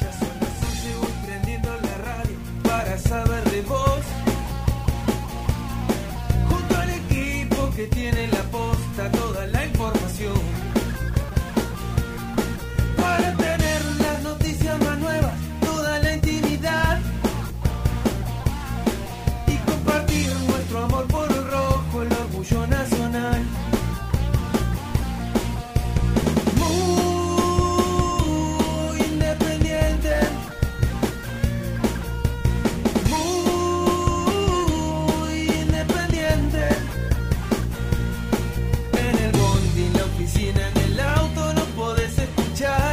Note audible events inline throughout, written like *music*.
Ya son las 11, voy prendiendo la radio para saber de vos. Junto al equipo que tiene la posta toda la información. Para tener las noticias más nuevas, toda la intimidad. Y compartir nuestro amor por el rojo, el orgullo nacional. Muy independiente. Muy independiente. En el bondi, en la oficina, en el auto no podés escuchar.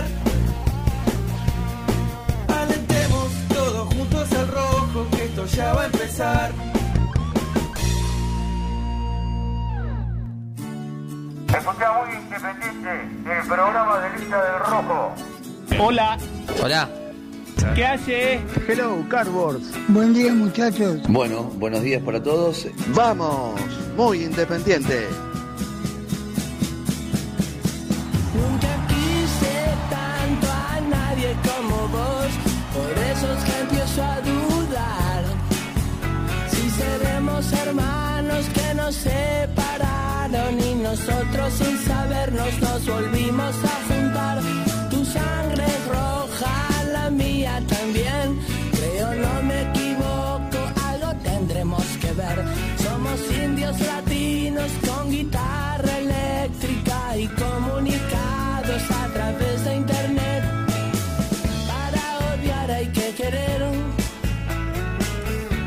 Alentemos todos juntos al rojo que esto ya va a empezar. Escucha muy independiente el programa de lista del rojo. Hola, Hola. ¿qué hace? Hello, Cardboard. Buen día muchachos. Bueno, buenos días para todos. Vamos, muy independiente. Nunca quise tanto a nadie como vos, por eso es que empiezo a dudar. Si seremos hermanos que nos separaron y nosotros sin sabernos nos volvimos a juntar. Tu sangre es roja, la mía también. Creo no me equivoco, algo tendremos que ver. Somos indios latinos con guitarra eléctrica y comunicados a través de internet. Para odiar hay que querer,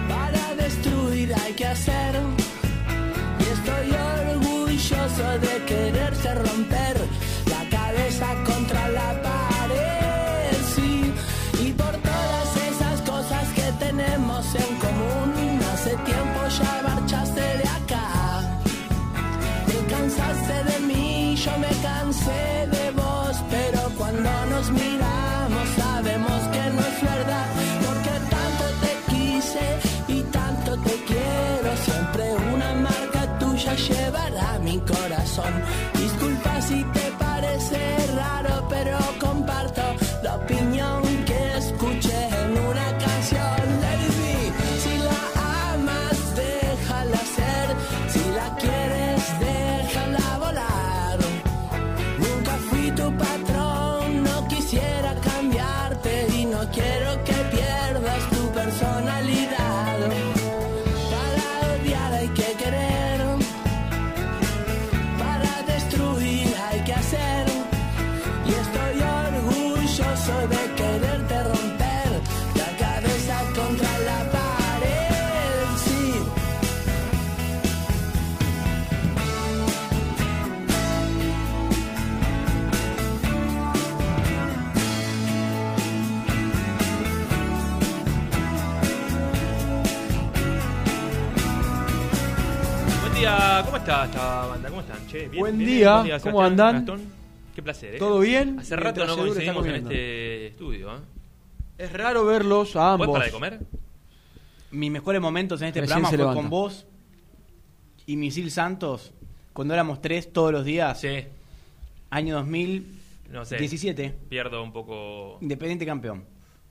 para destruir hay que hacer. Y estoy orgulloso de quererse romper la cabeza contra la pared, sí. Y por todas esas cosas que tenemos en común, hace tiempo ya marchaste de acá. Te cansaste de mí, yo me cansé de vos, pero cuando nos miramos sabemos que no es verdad, porque tanto te quise y tanto te quiero, siempre una marca tuya llevará mi corazón. Disculpa si te parece raro, pero comparto la opinión que escuché en una canción. Lady, si la amas, déjala ser, si la quieres, déjala volar. Nunca fui tu patrón, no quisiera cambiarte y no quiero que pierdas tu personalidad. Para odiar hay que querer, para destruir hay que hacer. Y estoy orgulloso de quererte romper la cabeza contra la pared. Sí, Buen día, ¿cómo está esta banda? ¿Cómo están? Che, bien, Buen bien, día, Sebastián, ¿cómo andan? Gastón, qué placer, ¿eh? ¿Todo bien? Hace rato Mientras no se dure, está coincidimos en comiendo. este estudio, ¿eh? Es raro verlos a ¿Vos ambos. para de comer? Mis mejores momentos en este Recién programa se fue levanta. con vos y Misil Santos, cuando éramos tres todos los días, Sí, año 2017, no sé. Pierdo un poco. Independiente campeón.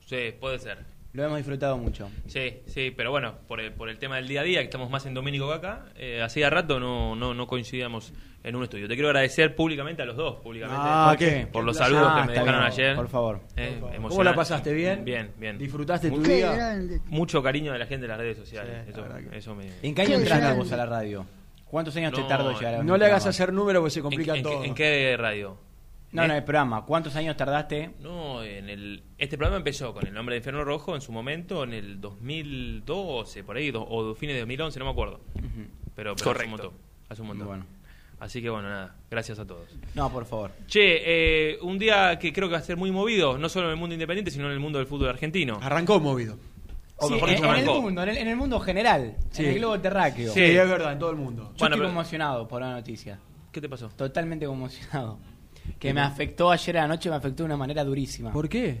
Sí, puede ser. Lo hemos disfrutado mucho. Sí, sí, pero bueno, por el, por el tema del día a día, que estamos más en Domínico que acá, eh, hacía rato no, no, no coincidíamos en un estudio. Te quiero agradecer públicamente a los dos, públicamente. Ah, ¿Por ¿qué? qué? por los placer. saludos Ah, que me está dejaron bien, ayer. por favor. Eh, ¿Cómo emocionante. la pasaste? ¿Bien? Bien, bien. ¿Disfrutaste tu Muy- Qué día? grande. Mucho cariño de la gente de las redes sociales. Sí, la eso, verdad que- eso me. ¿En qué Qué año entraste grande. vos a la radio? ¿Cuántos años No, te tardó llegar a No le hagas hacer hacer número porque se ¿En- complica en, todo. qué- en qué radio? No, eh. ¿Eh? no, el programa. ¿Cuántos años tardaste? No, en el, este programa empezó con el nombre de Infierno Rojo en su momento, en el 2012, por ahí, do- o fines de 2011, no me acuerdo. Pero, pero hace un montón. Hace un montón. Bueno. Así que bueno, nada, gracias a todos. No, por favor. Che, eh, un día que creo que va a ser muy movido, no solo en el mundo independiente, sino en el mundo del fútbol argentino. Arrancó movido. O Sí, mejor en, dicho, en el arrancó. mundo, en el, en el mundo general, Sí. en el globo terráqueo. Sí, Yo es verdad, en todo el mundo. Bueno, estoy pero- conmocionado por la noticia. ¿Qué te pasó? Totalmente conmocionado. Que me afectó ayer a la noche, me afectó de una manera durísima. ¿Por qué?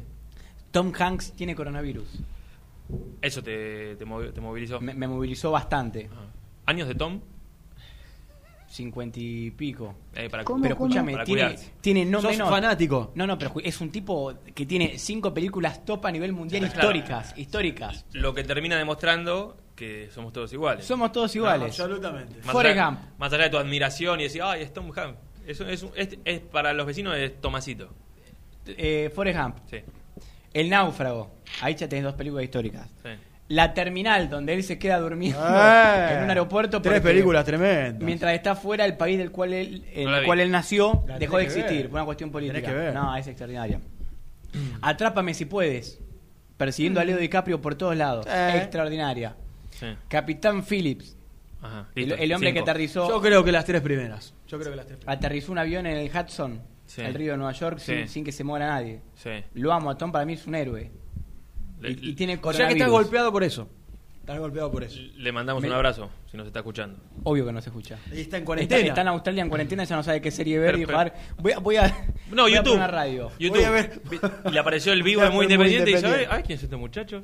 Tom Hanks tiene coronavirus. Eso te, te, movi- te movilizó. Me, me movilizó bastante. Ah. ¿Años de Tom? Cincuenta y pico. Eh, para, Pero escúchame, para tiene, cuidarse. tiene no Sos menos- fanático. No, no, pero ju- es un tipo que tiene cinco películas top a nivel mundial Claro. históricas. Históricas. Lo que termina demostrando que somos todos iguales. Somos todos iguales. Absolutamente. Más Forrest allá- Gump. Más allá de tu admiración y decir, ay, es Tom Hanks. Eso es, un- es- es para los vecinos es Tomasito. Eh, Forrest Gump, Sí, El Náufrago. Ahí ya tenés dos películas históricas. sí. La Terminal, donde él se queda durmiendo *laughs* Eh, en un aeropuerto. Tres porque películas tremendas. Mientras está fuera el país del cual él, No la el vi. cual él nació, La dejó de tenés que existir ver. por una cuestión política. Tenés que ver. No, es extraordinaria. Atrápame si puedes, persiguiendo a Leo DiCaprio por todos lados. Eh. Extraordinaria. sí. Capitán Phillips, Ajá, el, listo. el hombre Cinco. que aterrizó, Yo creo que las tres primeras. Yo creo que las tres primeras. aterrizó un avión en el Hudson, Sí. el río de Nueva York, Sí. sin, sin que se muera nadie. Sí. Lo amo, a Tom para mí es un héroe. Le, y, y tiene O sea coronavirus. que estás golpeado por eso. Estás golpeado por eso. le mandamos Me- un abrazo si nos está escuchando. Obvio que no se escucha. Y está en Está, cuarentena. está en Australia en cuarentena, ya no sabe qué serie ver Pero- y pero- jugar. Voy, a- voy *laughs* a. No, voy a YouTube. poner radio. YouTube. Voy a ver. Vi- Le apareció el vivo Voy a de muy ver muy independiente, y independiente. dice, ay, ¿quién es este muchacho?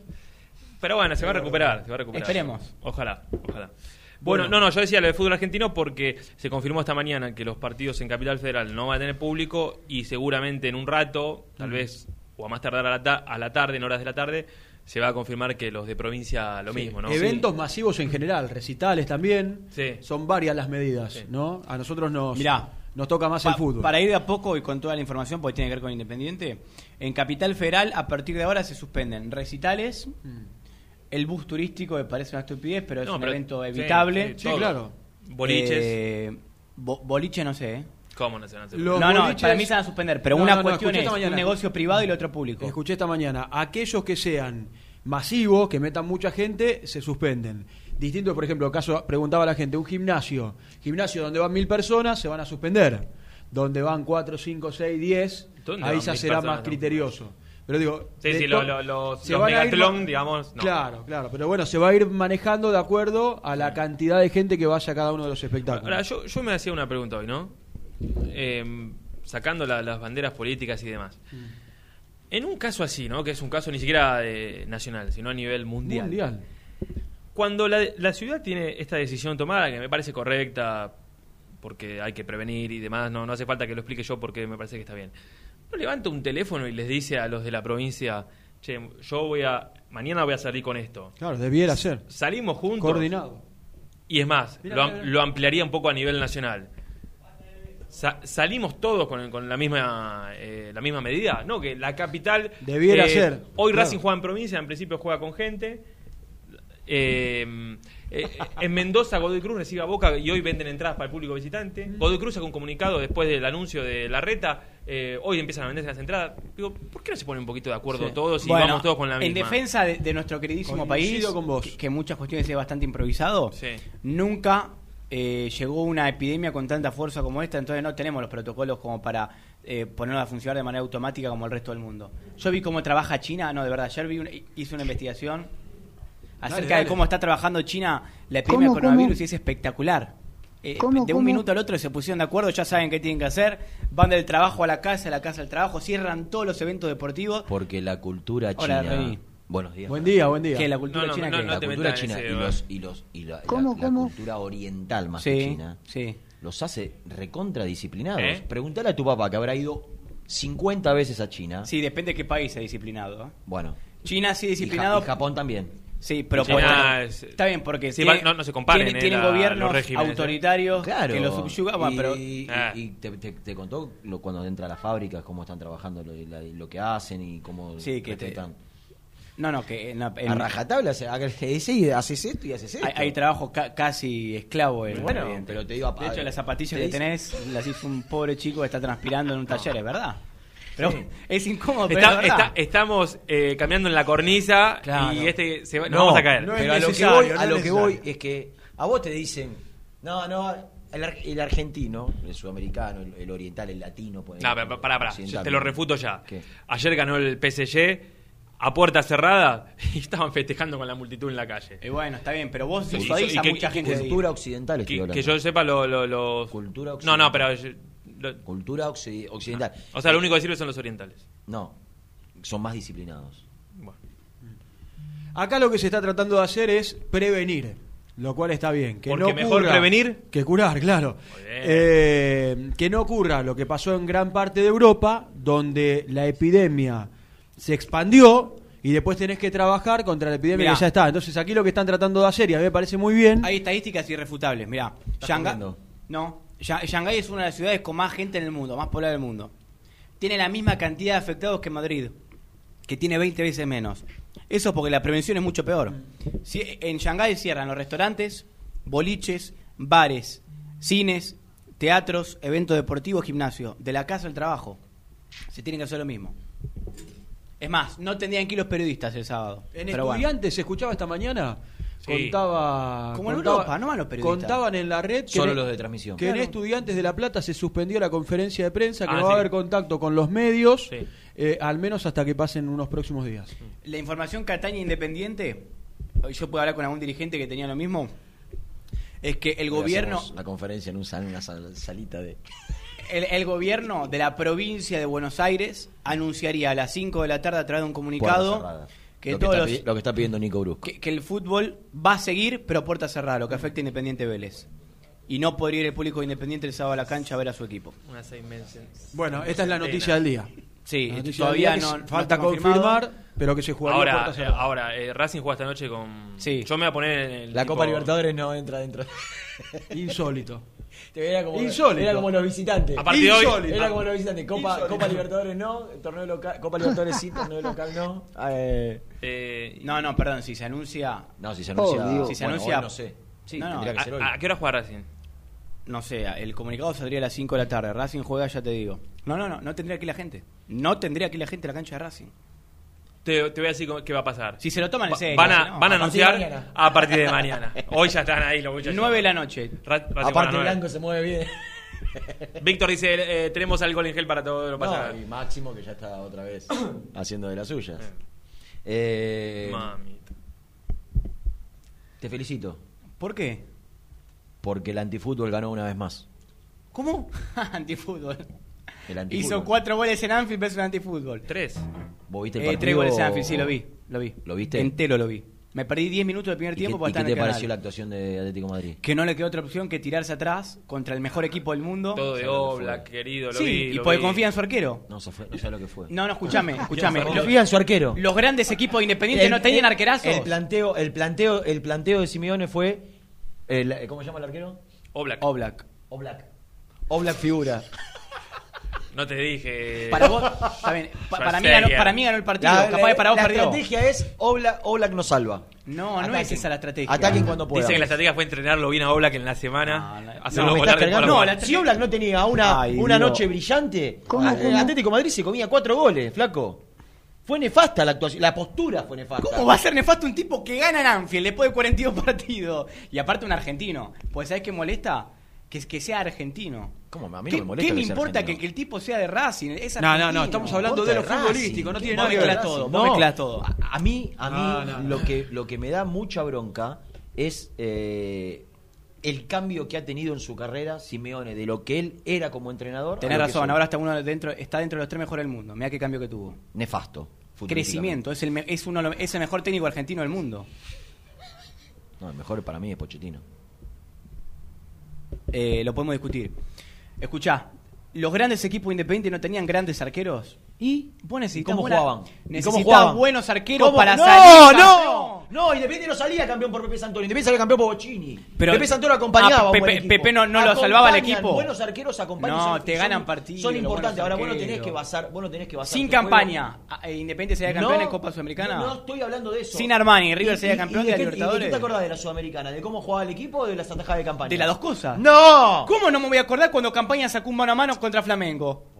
Pero bueno, se va a recuperar, se va a recuperar. Esperemos. Ojalá, ojalá. Bueno, no, no, yo decía lo de fútbol argentino porque se confirmó esta mañana que los partidos en Capital Federal no van a tener público y seguramente en un rato, tal Mm. vez, o a más tardar a la, ta- a la tarde, en horas de la tarde, se va a confirmar que los de provincia lo mismo, ¿no? Eventos masivos en general, recitales también. Sí. Son varias las medidas, Sí. ¿no? A nosotros nos, Mirá. nos toca más el Pa- fútbol. Para ir de a poco y con toda la información, porque tiene que ver con Independiente, en Capital Federal a partir de ahora se suspenden recitales, el bus turístico, que parece una estupidez, pero es No, un pero- evento sí, evitable. Sí, todo. claro. Boliches. Eh, bo- boliche, no sé. eh. ¿Cómo no se van a hacer? Lo- Los no, no, boliches- para mí se van a suspender, pero No, una no, no, cuestión escuché es esta mañana. un negocio privado y el otro público. Escuché esta mañana, aquellos que sean masivos, que metan mucha gente, se suspenden. Distinto, por ejemplo, caso preguntaba la gente, un gimnasio, gimnasio donde van mil personas, se van a suspender. Donde van cuatro, cinco, seis, diez, ¿Dónde ahí van ya mil será personas? más criterioso. Pero digo, Sí, de sí, to- lo- lo- los- se los van a ir megatlón, ma- digamos, no. Claro, claro, pero bueno, se va a ir manejando de acuerdo a la cantidad de gente que vaya a cada uno de los espectáculos. Ahora, yo, yo me hacía una pregunta hoy, ¿no? Eh, sacando la- las banderas políticas y demás. Mm. En un caso así, ¿no? Que es un caso ni siquiera eh, nacional, sino a nivel mundial. Mundial. Cuando la, la ciudad tiene esta decisión tomada, que me parece correcta, porque hay que prevenir y demás, no, no hace falta que lo explique yo porque me parece que está bien. No levanta un teléfono y les dice a los de la provincia, che, yo voy a, mañana voy a salir con esto. Claro, debiera ser. Salimos juntos. Coordinado. Y es más, Mirá, lo, am- mirá, mirá. lo ampliaría un poco a nivel nacional. Sa- ¿Salimos todos con, con la misma eh, la misma medida? No, que la capital... Debiera eh, ser, Hoy claro. Racing juega en provincia, en principio juega con gente. Eh, eh, en Mendoza Godoy Cruz recibe a Boca y hoy venden entradas para el público visitante. Godoy Cruz saca un comunicado después del anuncio de la reta. eh, hoy empiezan a venderse las entradas. Digo, ¿por qué no se ponen un poquito de acuerdo Sí. todos y Bueno, vamos todos con la misma? En defensa de, de nuestro queridísimo país, Coincido con vos. Que, que en muchas cuestiones es bastante improvisado, Sí. nunca eh, llegó una epidemia con tanta fuerza como esta, entonces no tenemos los protocolos como para eh, ponernos a funcionar de manera automática como el resto del mundo. Yo vi cómo trabaja China, no, de verdad, ayer vi una- hice una investigación acerca Dale, dale. de cómo está trabajando China la epidemia ¿Cómo, de coronavirus cómo? y es espectacular. Eh, ¿Cómo, de un cómo? minuto al otro se pusieron de acuerdo, ya saben qué tienen que hacer, van del trabajo a la casa, de la casa al trabajo, cierran todos los eventos deportivos, Porque la cultura Hola, china. Remy. Buenos días. Buen día, buen día. que la cultura No, no, china no, que- no La te cultura metas en china ese y, debate. los, y, los, y la, la- ¿Cómo, la cómo? cultura oriental más que Sí, china sí. los hace recontradisciplinados. ¿Eh? Preguntale a tu papá que habrá ido 50 veces a China. Sí, depende de qué país sea disciplinado. ¿eh? Bueno. China sí Y Ja- disciplinado. y Japón también. Sí, pero China puede- es- está bien porque Sí, tiene- va- no- no se comparen, tienen, eh, tienen la- gobiernos los regímenes, eh. autoritarios Claro. que los subyugan, y, bueno, pero y- Ah. y te, te- te contó lo- cuando entra a las fábricas, cómo están trabajando, lo, la- lo que hacen y cómo Sí, que te- respetan. no, no, que en la- en- A rajatabla, se- a- ese y haces esto y haces esto. hay, hay trabajo ca- casi esclavo. en- Bueno, en- pero te digo, de hecho a- las zapatillas te que dice- tenés las hizo un pobre chico que está transpirando en un taller, es verdad. Pero *laughs* es incómodo, pero Está- es verdad. está- estamos eh, cambiando en la cornisa Claro. y este se va- nos vamos a caer. no es pero a lo que necesario, voy, no a es lo que voy necesario. es que a vos te dicen, no, no, el, ar- el argentino, el sudamericano, el, el oriental, el latino. pues, No, pero pará, pará, occidental, te lo ¿no? refuto ya. ¿Qué? Ayer ganó el PSG, a puerta cerrada *laughs* y estaban festejando con la multitud en la calle. Y bueno, está bien, pero vos Sí, disuadís y a que- mucha y gente de ir. Cultura occidental estoy Que, hablando. que yo sepa lo- lo- los... Cultura no, occidental. no, pero... yo- lo- Cultura occi- occidental. o sea, lo único que sirve son los orientales. No, son más disciplinados. Bueno. Acá lo que se está tratando de hacer es prevenir, lo cual está bien. Que Porque no mejor ocurra- prevenir- que curar, claro. Muy bien. Eh, que no ocurra lo que pasó en gran parte de Europa, donde la epidemia se expandió y después tenés que trabajar contra la epidemia Mirá. que ya está. Entonces aquí lo que están tratando de hacer, y a mí me parece muy bien, Hay estadísticas irrefutables, mirá. Shanghái comiendo? no, Ya- Shanghái es una de las ciudades con más gente en el mundo, más poblada del mundo. Tiene la misma cantidad de afectados que Madrid, que tiene 20 veces menos. Eso es porque la prevención es mucho peor. Si en Shanghái cierran los restaurantes, boliches, bares, cines, teatros, eventos deportivos, gimnasio, de la casa al trabajo. Se tienen que hacer lo mismo. Es más, no tendrían que ir los periodistas el sábado. En pero bueno. estudiantes se escuchaba esta mañana. Sí. Contaba. Como en Ah, contaba- Europa, no van los periodistas. Contaban en la red que. Solo en- los de transmisión. Que en Claro. Estudiantes de La Plata se suspendió la conferencia de prensa, que Ah, no va sí. a haber contacto con los medios, Sí. eh, al menos hasta que pasen unos próximos días. La información Cataña Independiente, hoy yo puedo hablar con algún dirigente que tenía lo mismo, es este, que el gobierno, Hacemos La conferencia en un sal- una sal- salita de. el, el gobierno de la provincia de Buenos Aires anunciaría a las 5 de la tarde a través de un puertas comunicado cerradas. que, lo, que todos está, los- pidi- lo que está pidiendo Nico Brusco. que- que el fútbol va a seguir pero puerta cerrada, lo que afecta a Independiente Vélez. Y no podría ir el público de Independiente el sábado a la cancha a ver a su equipo. Una seis meses. Bueno, esta es la noticia Centena. del día. Sí, La noticia del todavía día no, que no falta está confirmado. confirmar, pero que se jugará Ahora, eh, ahora eh, Racing juega esta noche con... Sí. Yo me voy a poner en el La tipo- Copa Libertadores no entra dentro. *laughs* Insólito. *laughs* Era como, Insólito. era como los visitantes. A partir de hoy- Insólito. Era como los visitantes. Copa, Insólito. Copa Libertadores no, torneo local, Copa Libertadores sí, torneo local no. Ah, Eh, Eh, No, no, perdón, si se anuncia... no, si se Oh, anuncia. Dios. Si se bueno, anuncia- hoy no sé. Sí, No, no, tendría que ser hoy. ¿A, a qué hora juega Racing? No sé, el comunicado saldría a las 5 de la tarde. Racing juega, ya te digo. No, no, no, no tendría aquí la gente. No tendría aquí la gente en la cancha de Racing. Te, te voy a decir cómo- qué va a pasar. Si se lo toman en Va- serio. van a, si no, van a, a partir anunciar de mañana. a partir de mañana. *laughs* Hoy ya están ahí los muchachos. 9 de la noche. Ra- Racing juega a las Aparte, nueve. Blanco se mueve bien. *laughs* Víctor dice, eh, tenemos alcohol en gel para todo lo pasado. No, y Máximo que ya está otra vez haciendo de las suyas. Eh, Mami. te felicito ¿Por qué? porque el antifútbol ganó una vez más. ¿Cómo? *laughs* antifútbol. El antifútbol. Hizo 4 goles en Anfield, pero es un antifútbol. Tres. ¿Vos viste el Eh, partido? 3 goles en Anfield, sí, lo vi. Lo vi. ¿Lo viste? Entero lo vi. Me perdí 10 minutos del primer ¿Y qué, tiempo y para qué estar te en el pareció la canal. actuación de Atlético de Madrid? Que no le quedó otra opción que tirarse atrás contra el mejor equipo del mundo. Todo de Sabe lo que obla, fue. querido. Lo sí, vi, y lo porque vi. confía en su arquero. No, se fue, no sé lo que fue. No, *laughs* no, escúchame, escúchame. Confía en su Los, arquero. su arquero. los grandes equipos independientes no tenían arquerazos. El planteo, el planteo, el planteo de Simeone fue. el- eh, ¿Cómo se llama el arquero? Oblak. Oblak. Oblak. Oblak figura. *coughs* No te dije. Para vos, está bien, pa- Ya para, mí sé ganó, quién. para mí ganó el partido. Capaz que para vos la perdió. estrategia es Oblak, Oblak nos salva. No, no Ataquen. es esa la estrategia. Ataquen cuando puedan. Dicen que la estrategia fue entrenarlo bien a Oblak en la semana. No, no, hacerlo No, me volar estás de cargando. cuerpo. No, la- si Oblak no tenía una, Ay, una Dios. noche brillante, ¿Cómo, a- el cómo? Atlético de Madrid se comía cuatro goles, flaco. Fue nefasta la actuación, la postura fue nefasta. ¿Cómo va a ser nefasto un tipo que gana en Anfield después de 42 *laughs* partidos? Y aparte un argentino. Pues ¿sabés qué molesta? Que, que sea argentino. ¿Cómo? A mí no ¿Qué, me molesta qué que me sea importa que, argentino. que el tipo sea de Racing? Es No, no, argentino. no, estamos hablando de lo Racing. futbolístico, no tiene Vos nada que ver. mezclás todo, vos No, mezclás todo. A, a mí, a mí Ah, no, no. Lo, que, lo que me da mucha bronca es eh, el cambio que ha tenido en su carrera Simeone, de lo que él era como entrenador. a Tenés lo que es razón, hoy. ahora está uno dentro, está dentro de los tres mejores del mundo. Mira qué cambio que tuvo. Nefasto. futbolísticamente. Crecimiento, es el, me- es, uno, de los- es el mejor técnico argentino del mundo. No, el mejor para mí es Pochettino. Eh, lo podemos discutir. Escuchá, los grandes equipos independientes no tenían grandes arqueros. ¿Y vos necesitas ¿Cómo buena- jugaban? ¿Y necesitas cómo jugaban? buenos arqueros ¿Cómo? para no, salir. No, campeón. no, Independiente no salía campeón por Pepe Santoro. Independiente salía campeón por Bochini. Pero- Pepe Santoro acompañaba. a Ah, un buen Pepe- equipo. Pepe no- no lo salvaba el Acompañan, equipo. Buenos arqueros acompañan. No, son- te son- ganan partidos, Son los importantes. buenos Ahora vos no tenés arqueros. que basar. Vos no tenés que basar Sin tu juego- campaña, a- eh, Independiente sería campeón en Copa Sudamericana. No, estoy hablando de eso. Sin Armani, River Y- sería y- campeón y de la qué- y Libertadores. ¿De qué te acordás de la Sudamericana? ¿De cómo jugaba el equipo o de las atajadas de campaña? de las dos cosas. ¡No! ¿Cómo no me voy a acordar cuando Campaña sacó un mano a mano contra Flamengo?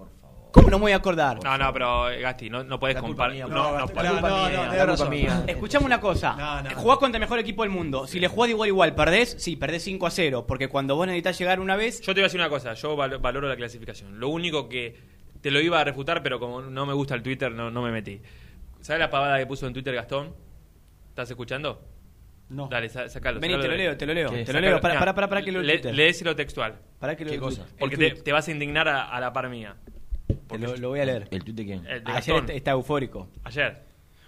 ¿Cómo no me voy a acordar? No, no, pero eh, Gasti, no, no puedes La culpa comparar. mía, No, no, no, Gasti, podés- culpa mía, la culpa mía. Escuchame una cosa. No, no, no. Jugás contra el mejor equipo del mundo. Si le jugás de igual a igual, ¿perdés? Sí, perdés 5 a 0. Porque cuando vos necesitas llegar una vez, Yo te voy a decir una cosa, yo val- valoro la clasificación. Lo único que te lo iba a refutar, pero como no me gusta el Twitter, no, no me metí. ¿Sabes la pavada que puso en Twitter Gastón? ¿Estás escuchando? No. Dale, sa- sacalo. Vení, sacalo te lo de- leo, te lo leo, ¿Qué? te lo sacalo. leo. Para, Mirá, para, para, que lo le- Twitter. Leéselo textual. Para que lo ¿Qué el cosa? tweet. Porque El te, tweet. te vas a indignar a, a la par mía. Te Porque lo, lo voy a leer. ¿El tuit de El quién? Eh, de Ayer Gastón, está, está eufórico. Ayer.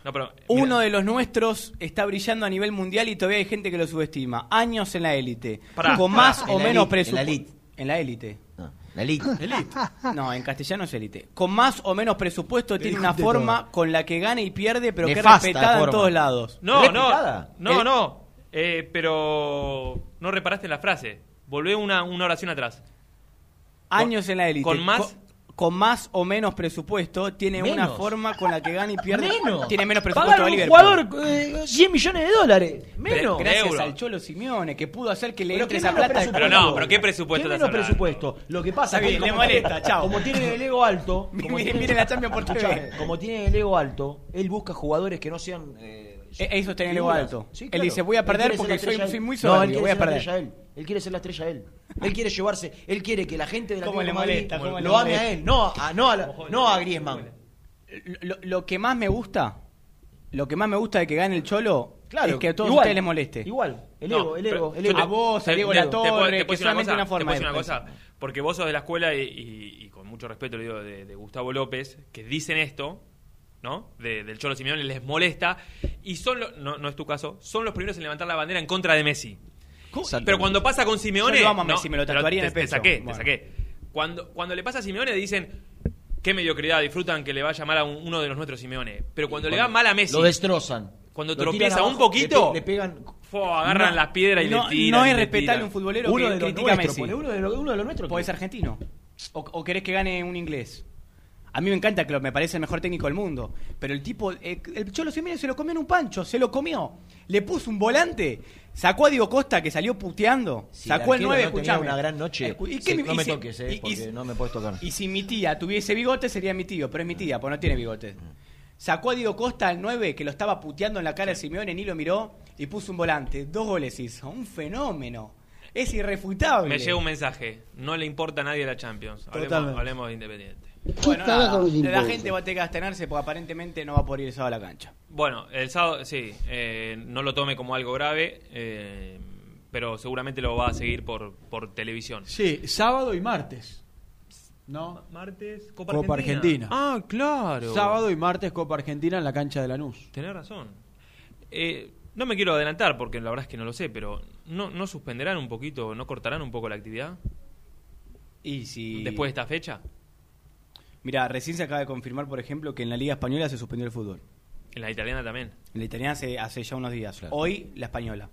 No, pero. este Uno mira, de los nuestros está brillando a nivel mundial y todavía hay gente que lo subestima. Años en la élite. Pará. Con más En la o menos elite, en la presupuesto. elite. En la élite. No, la *laughs* Liga. No, en castellano es élite. Con más o menos presupuesto tiene una dijiste forma con la que gana y pierde, pero que es Nefasta respetada en forma. todos lados. Eh, No, no. ¿Replicada? No, El- no. Eh, pero. No reparaste en la frase. Volvé una, una oración atrás. Años en la élite. con más- Co- Con, más o menos presupuesto, tiene una Menos. forma con la que gana y pierde. Menos. Tiene menos Pagar presupuesto a a un Liverpool. jugador eh, 100 millones de dólares. Menos. Pero- Gracias Euro. al Cholo Simeone, que pudo hacer que le Pero entre qué esa menos plata. presupuesto. Pero no, pero ¿qué presupuesto ¿Qué estás menos hablando? presupuesto? Lo que pasa Está que bien, como le molesta, tiene- chao. Como tiene el ego *laughs* alto, como Miren- tiene- miren la Champions por TV. Escuchame, Como tiene el ego alto, él busca jugadores que no sean eh, Eh, eso está en el ego figuras. alto. Sí, Él claro. dice, voy a Él perder quiere ser porque la estrella soy- él. soy muy No, él soberbio, quiere voy a ser la perder. estrella él. Él quiere ser la estrella él. Él quiere llevarse, él quiere que la gente de la ¿Cómo le molesta? ¿Cómo le lo ame molesta? a él, no a no a, la- no a Griezmann. lo, lo que más me gusta, lo que más me gusta de que gane el Cholo, Claro, es que a todos igual, ustedes les moleste. Igual, el No, ego, el pero ego, el yo ego. te- A vos, a te- Diego te- La te puedo- Torre, te puedo que decir una solamente cosa, una forma te puedo de decir una cosa, porque vos sos de la escuela y, y- y con mucho respeto le digo de, de Gustavo López, que dicen esto, ¿no? De- del Cholo Simeone les molesta y son, lo- no, no es tu caso, son los primeros en levantar la bandera en contra de Messi. Pero cuando pasa con Simeone, Yo lo amo a no, Messi, me lo pero tatuaría en te, el te pecho. saqué, Bueno. te saqué. Cuando, cuando le pasa a Simeone dicen qué mediocridad, disfrutan que le vaya mal a un- uno de los nuestros Simeone. Pero cuando le va mal a Messi, Lo destrozan. Cuando Lo tiran tropieza abajo, un poquito, le, pe- le pegan fo, agarran las piedras y no, le tiran. No y es le respetarle tiran. a un futbolero uno que de los critica a nuestros, Messi. ponele, uno de los uno de los nuestros. Podés ser argentino. O, o querés que gane un inglés. A mí me encanta Klopp, me parece el mejor técnico del mundo. Pero el tipo, eh, el Cholo Simeone se lo comió en un pancho, se lo comió. Le puso un volante, sacó a Diego Costa que salió puteando, Si sacó el arquero 9, no tenía escuchame. una gran noche, Escu- sí, no me si- toques, eh, porque no me podés tocar. Y si mi tía tuviese bigote sería mi tío, pero es mi tía, pues no tiene bigote. Sacó a Diego Costa al 9 que lo estaba puteando en la cara de Simeone, ni lo miró y puso un volante. Dos goles hizo, un fenómeno. Es irrefutable. Me llega un mensaje. No le importa a nadie la Champions. Hablemos, Totalmente. hablemos de Independiente. Bueno, ¿Qué carajo nada, nos la importa? gente va a tener que abstenerse porque aparentemente no va a poder ir el sábado a la cancha. Bueno, el sábado, sí, eh, no lo tome como algo grave, eh, pero seguramente lo va a seguir por, por televisión. Sí, sábado y martes. ¿No? Martes, Copa, Copa Argentina. Ah, claro. Sábado y martes Copa Argentina en la cancha de Lanús. Tenés razón. Eh, no me quiero adelantar porque la verdad es que no lo sé, pero ¿no, no suspenderán un poquito, no cortarán un poco la actividad Y si. después de esta fecha? Mira, recién se acaba de confirmar, por ejemplo, que en la Liga Española se suspendió el fútbol. En la italiana también. En la italiana hace, hace ya unos días. Claro. Hoy, la española.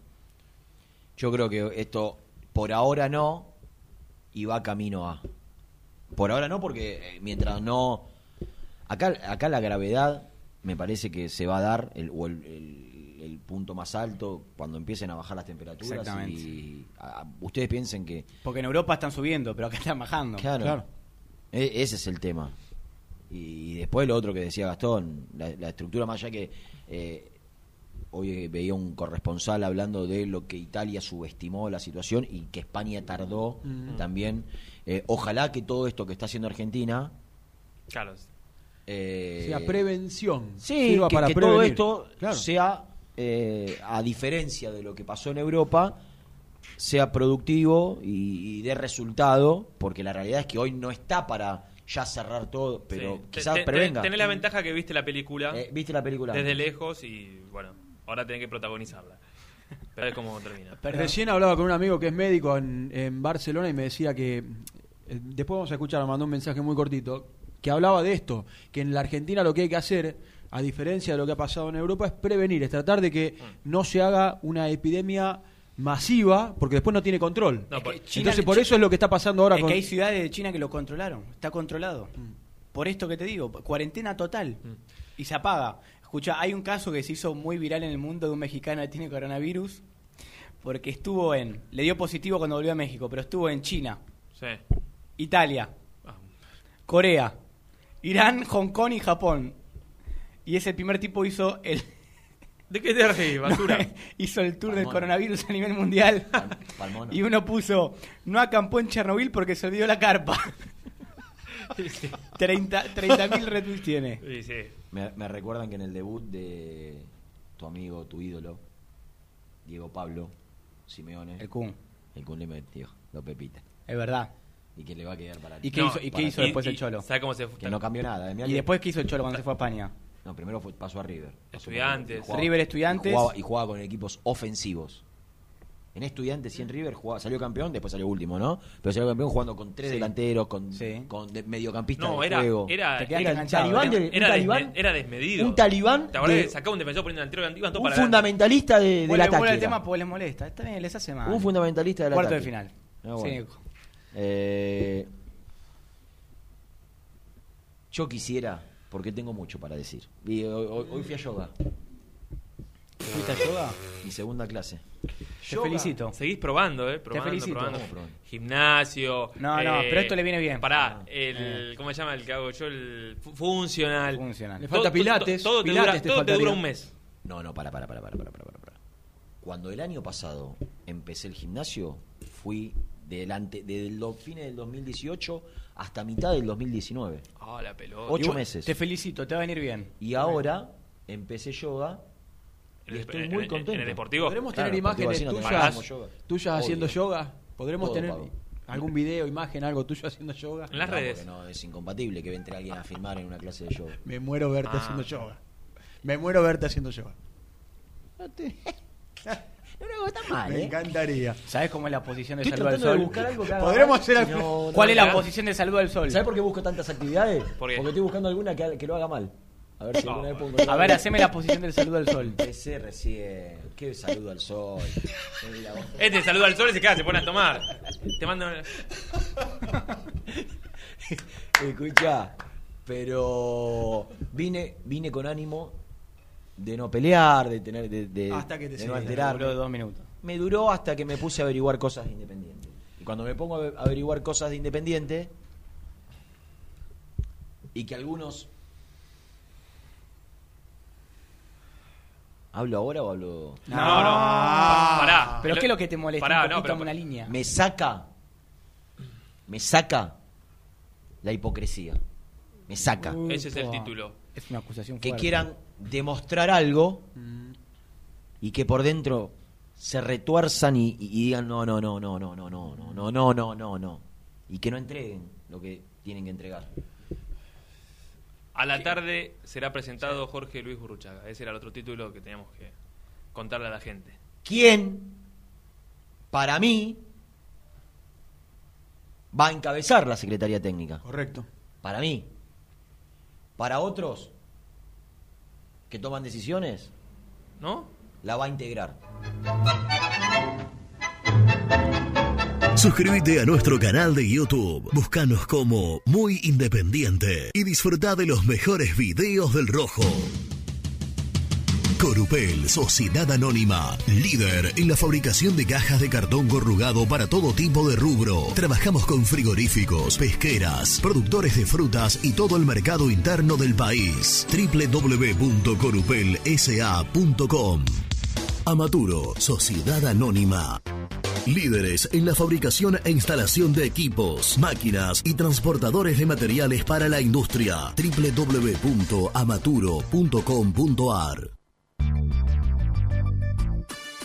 Yo creo que esto por ahora no y va camino a. Por ahora no, porque eh, mientras no. Acá, acá la gravedad me parece que se va a dar, el, o el, el- el punto más alto, cuando empiecen a bajar las temperaturas. Exactamente. Y ah, ustedes piensen que. Porque en Europa están subiendo, pero acá están bajando. Claro. claro. E- ese es el tema. Y, y después lo otro que decía Gastón, la, la estructura más allá que eh, hoy veía un corresponsal hablando de lo que Italia subestimó la situación y que España tardó también. Eh, ojalá que todo esto que está haciendo Argentina... Claro. eh, O sea, prevención. Sí, Sirva que, para que todo prevenir. esto Claro. sea, eh, a diferencia de lo que pasó en Europa, sea productivo y, y dé resultado, porque la realidad es que hoy no está para ya cerrar todo, pero Sí. quizás Te- te- prevenga. Tenés la ventaja que viste la película. Eh, ¿Viste la película? desde lejos y bueno, ahora tienen que protagonizarla. Pero es como *laughs* termina. Recién hablaba con un amigo que es médico en, en Barcelona y me decía que, eh, después vamos a escuchar, me mandó un mensaje muy cortito, que hablaba de esto, que en la Argentina lo que hay que hacer, a diferencia de lo que ha pasado en Europa, es prevenir, es tratar de que no se haga una epidemia masiva, porque después no tiene control. No, por- China- Entonces por eso es lo que está pasando ahora es con... que hay ciudades de China que lo controlaron. Está controlado. Por esto que te digo, cuarentena total. Y se apaga. Escucha, hay un caso que se hizo muy viral en el mundo de un mexicano que tiene coronavirus. Porque estuvo en. Le dio positivo cuando volvió a México, pero estuvo en China, sí. Italia, Ah, Corea, Irán, Hong Kong y Japón. Y ese primer tipo hizo el. ¿De qué te *laughs* reís, basura? hizo el tour del Palmón. coronavirus a nivel mundial. Pal- Palmona. *laughs* Y uno puso, no acampó en Chernobyl porque *laughs* se olvidó la carpa. 30 mil retweets tiene. Sí, sí. Me, me recuerdan que en el debut de tu amigo, tu ídolo, Diego Pablo Simeone, El Kun. el Kun le metió dos pepitas. Es verdad. Y que le va a quedar para ¿Y qué hizo- y qué para- hizo después el Cholo? ¿Sabe cómo se fue? Que no cambió nada. eh, mirá ¿Y que- después qué hizo el Cholo cuando se fue a España? No, primero fue, pasó a River. Pasó por Estudiantes. y jugaba- River, y Estudiantes. jugaba- Y jugaba, con equipos ofensivos. En Estudiantes y en River jugaba- salió campeón, después salió último, ¿no? Pero salió campeón jugando con tres Sí. delanteros, con, Sí. con de- mediocampistas No, de era, juego. era, Te quedaste era, Era el enganchado, ¿eh? talibán era- de- un era desme- talibán- era desmedido. Un talibán ¿Te acordás de- que sacaba un defensor por el delantero iban todos un para adelante? fundamentalista de- del Vuelve- ataque. vuelve el era. tema porque les molesta. Está bien, les hace mal. Un fundamentalista del Cuarto ataque. de final. Ah, Sí. bueno. Eh, yo quisiera, porque tengo mucho para decir. Y hoy, hoy- hoy fui a yoga, ¿Fuiste a yoga? mi segunda clase. Te felicito. Seguís probando, ¿eh? Probando, felicito. probando. ¿Cómo probando? Gimnasio. No, no, eh, pero esto le viene bien. Pará, Ah, el, ¿cómo se llama el que hago yo? El fu- funcional. Funcional. Le Todo- falta todo- pilates, Todo, te pilates dura, te todo te faltaría. dura un mes. No, no, para, para, para, para, para, para, para, para. Cuando el año pasado empecé el gimnasio, fui delante, desde los fines del 2018 hasta mitad del 2019. Ah, la pelota. Ocho Igual- meses. Te felicito, te va a venir bien. Y ahora empecé yoga y estoy muy contento. En el deportivo. ¿Podremos Claro, tener porque imágenes así no te tuyas, pagamos yoga. tuyas haciendo Obvio. yoga? ¿Podremos Todo tener pago. algún video, imagen, algo tuyo haciendo yoga? En las No, redes. porque No, es incompatible que entre alguien a firmar en una clase de yoga. Me muero verte Ah. haciendo yoga. Me muero verte haciendo yoga. No, no, está mal, Me ¿eh? encantaría. ¿Sabes cómo es la posición de Estoy Salud al tratando de Sol? buscar algo que haga Podremos mal. hacer al- No, no, ¿Cuál es la ¿Sabes? posición de Salud al Sol? ¿Sabes por qué busco tantas actividades? ¿Por qué? Porque estoy buscando alguna que, que lo haga mal. A ver si No, alguna vez puedo A encontrar ver, algo. haceme la posición del Salud al Sol. Empecé recién. Qué saludo al sol. Qué vida vos. Este saluda al sol y se queda, se pone a tomar. Te mando. Escuchá, pero vine, vine con ánimo de no pelear, de tener, de, de- Hasta que de te no sientas, alterar. Duró dos minutos. Me duró hasta que me puse a averiguar cosas de Independiente. Y cuando me pongo a ave- averiguar cosas de Independiente, y que algunos... ¿Hablo ahora o hablo...? No, no. Pará. Ah. ¿Pero qué es lo que te molesta? Pará, un no, poquito pero. una línea. Me saca. Me saca la hipocresía. Me saca. Ese es el título. Es una acusación Que fuerte. quieran demostrar algo Mm. y que por dentro se retuerzan y, y digan no, no, no, no, no, no, no, no, no, no, no, no, no. Y que no entreguen lo que tienen que entregar. A la tarde será presentado Jorge Luis Burruchaga. Ese era el otro título que teníamos que contarle a la gente. ¿Quién, para mí, va a encabezar la Secretaría Técnica? Correcto. Para mí. Para otros que toman decisiones, ¿No? la va a integrar. Suscríbete a nuestro canal de YouTube. Búscanos como Muy Independiente y disfruta de los mejores videos del Rojo. Corupel, Sociedad Anónima, líder en la fabricación de cajas de cartón corrugado para todo tipo de rubro. Trabajamos con frigoríficos, pesqueras, productores de frutas y todo el mercado interno del país. www.corupelsa.com Amaturo, Sociedad Anónima. Líderes en la fabricación e instalación de equipos, máquinas y transportadores de materiales para la industria. www.amaturo.com.ar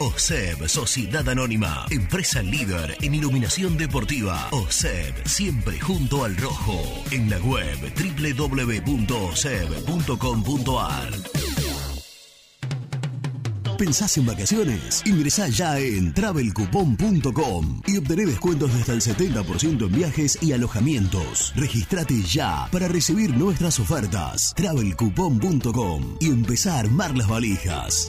OSEB, Sociedad Anónima, empresa líder en iluminación deportiva. OSEB, siempre junto al rojo. En la web www.oseb.com.ar. ¿Pensás en vacaciones? Ingresá ya en travelcoupon.com y obtené descuentos de hasta el 70% en viajes y alojamientos. Registrate ya para recibir nuestras ofertas. travelcoupon.com y empezá a armar las valijas.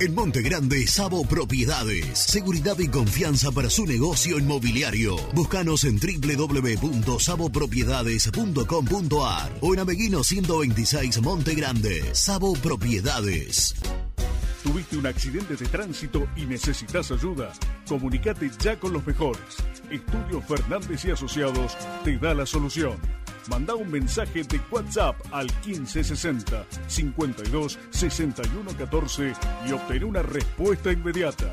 En Monte Grande, Sabo Propiedades. Seguridad y confianza para su negocio inmobiliario. Búscanos en www.sabopropiedades.com.ar o en Ameguino 126 Monte Grande. Sabo Propiedades. Tuviste un accidente de tránsito y necesitas ayuda. Comunicate ya con los mejores. Estudio Fernández y Asociados te da la solución. Manda un mensaje de WhatsApp al 1560 52 61 14 y obtén una respuesta inmediata.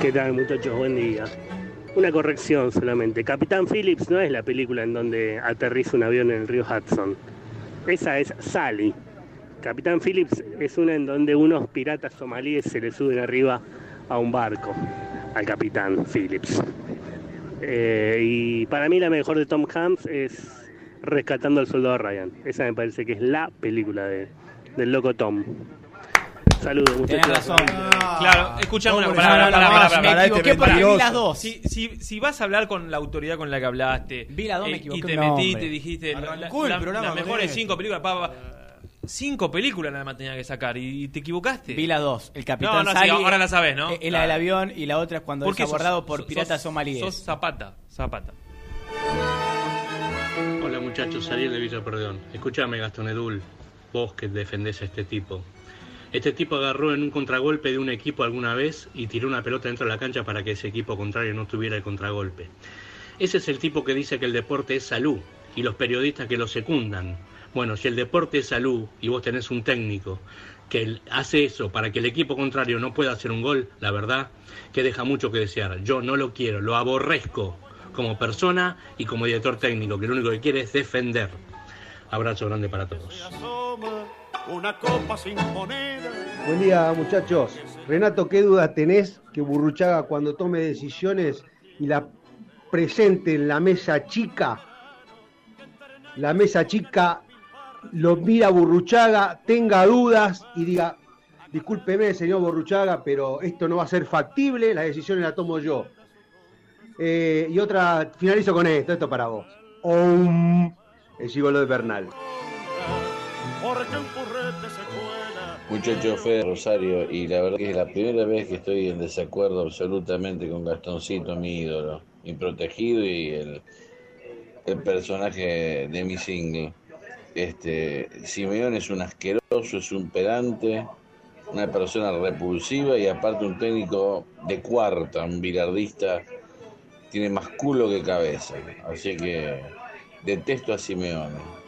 ¿Qué tal muchachos? Buen día. Una corrección solamente. Capitán Phillips no es la película en donde aterriza un avión en el río Hudson. Esa es Sally. Capitán Phillips es una en donde unos piratas somalíes se le suben arriba a un barco, al capitán Phillips. Eh, y para mí la mejor de Tom Hanks es Rescatando al Soldado Ryan. Esa me parece que es la película de- del loco Tom. Saludos, Tenés muchachos. razón. Claro, escuchame una Hombre, palabra. no, no, palabra, no, palabra, no, palabra. me equivoqué Pará, este porque vi pará. las dos. Si, si, si vas a hablar con la autoridad con la que hablaste eh, Vi las dos, me equivoqué y te un nombre. metiste, dijiste la- la- Arrancó el la- programa las con mejores esto. cinco películas, pa, pa, cinco películas nada más tenía que sacar y, y te equivocaste. Vi las dos. El capitán No, no, sí, Sally, ahora la sabes, ¿no? Es la del Claro. avión y la otra es cuando es Porque sos- abordado por sos- piratas sos- somalíes. Sos Zapata, Zapata. Hola muchachos, Ariel de Villa Perdón. Escúchame, Gastón Edul, vos que defendés a este tipo. Este tipo agarró en un contragolpe de un equipo alguna vez y tiró una pelota dentro de la cancha para que ese equipo contrario no tuviera el contragolpe. Ese es el tipo que dice que el deporte es salud y los periodistas que lo secundan. Bueno, si el deporte es salud y vos tenés un técnico que el- hace eso para que el equipo contrario no pueda hacer un gol, la verdad que deja mucho que desear. Yo no lo quiero, lo aborrezco como persona y como director técnico, que lo único que quiere es defender. Abrazo grande para todos. Una copa sin moneda. Buen día, muchachos. Renato, ¿qué duda tenés que Burruchaga cuando tome decisiones y la presente en la mesa chica? La mesa chica lo mira a Burruchaga, tenga dudas y diga, discúlpeme, señor Burruchaga, pero esto no va a ser factible, las decisiones las tomo yo. Eh, y otra, finalizo con esto, esto para vos. Om, el gigolo de Bernal. Porque un currete se cuela. Muchacho Fede Rosario, y la verdad que es la primera vez que estoy en desacuerdo absolutamente con Gastoncito, mi ídolo, mi protegido y el, el personaje de mi single. Este, Simeón es un asqueroso, es un pedante, una persona repulsiva y aparte un técnico de cuarta, un bilardista, tiene más culo que cabeza. Así que detesto a Simeone.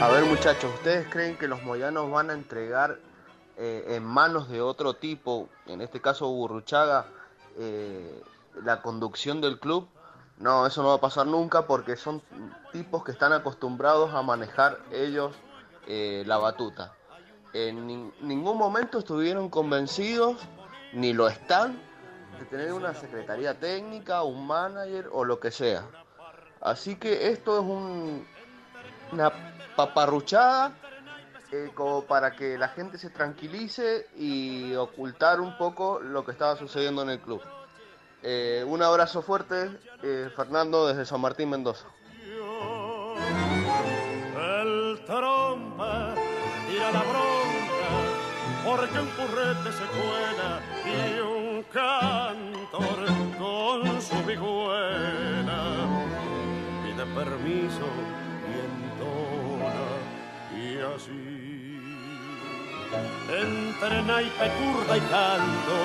A ver muchachos, ¿ustedes creen que los Moyanos van a entregar eh, en manos de otro tipo, en este caso Burruchaga, eh, la conducción del club? No, eso no va a pasar nunca porque son tipos que están acostumbrados a manejar ellos eh, la batuta. En nin- ningún momento estuvieron convencidos, ni lo están, de tener una secretaría técnica, un manager o lo que sea. Así que esto es un, una paparruchada eh, como para que la gente se tranquilice y ocultar un poco lo que estaba sucediendo en el club. Eh, un abrazo fuerte, eh, Fernando, desde San Martín Mendoza. El trompa tira la bronca. Porque un currete se cuela. Y un cantor con su vihuela. Pide permiso y entona. Y así. Entre naipe, curda y canto,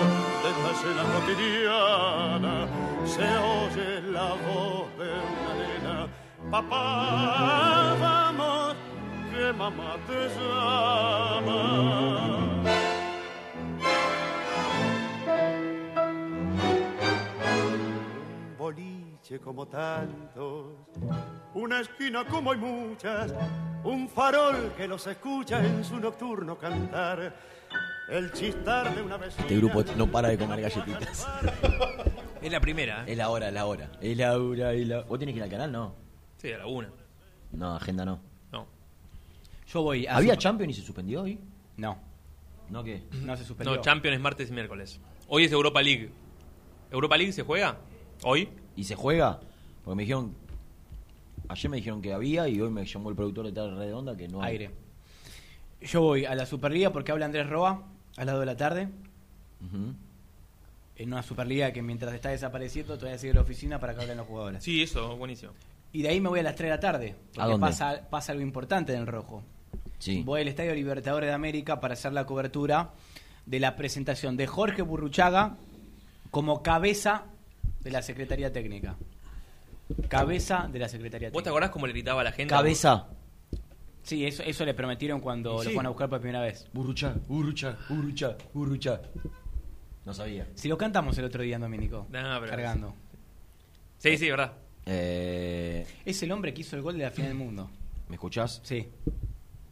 desde la escena cotidiana, se oye la voz de una nena. Papá, vamos, que mamá te llama. Un boliche como tantos, una esquina como hay muchas, un farol que los escucha en su nocturno cantar, el chistar de una vecina. Este grupo no para de comer *laughs* galletitas. Es la primera. ¿eh? Es la hora, es la hora. Es la hora, es la... ¿Vos tenés que ir al canal? No. Sí, a la una. No, agenda no. Yo voy a... ¿Había Champions y se suspendió hoy? No. ¿No qué? No se suspendió. No, Champions es martes y miércoles. Hoy es Europa League. ¿Europa League se juega? ¿Hoy? ¿Y se juega? Porque me dijeron. Ayer me dijeron que había y hoy me llamó el productor de tal redonda que no hay. Aire. Yo voy a la Superliga porque habla Andrés Roa a las 2 de la tarde. Ujú. En una Superliga que mientras está desapareciendo todavía sigue la oficina para que hablen los jugadores. Sí, eso, buenísimo. Y de ahí me voy a las 3 de la tarde. Porque ¿A dónde? Pasa, pasa algo importante en el rojo. Sí. Voy al Estadio Libertadores de América para hacer la cobertura de la presentación de Jorge Burruchaga como cabeza de la Secretaría Técnica. Cabeza de la Secretaría ¿Vos te Técnica. acordás cómo le gritaba a la gente? Sí, eso, eso le prometieron cuando Y sí. lo fueron a buscar por primera vez. Burrucha, burrucha, burrucha, burrucha. No sabía. Si lo cantamos el otro día, Domínico. No, pero- Cargando. Sí, sí, verdad. Eh, Es el hombre que hizo el gol de la final del mundo. ¿Me escuchás? Sí.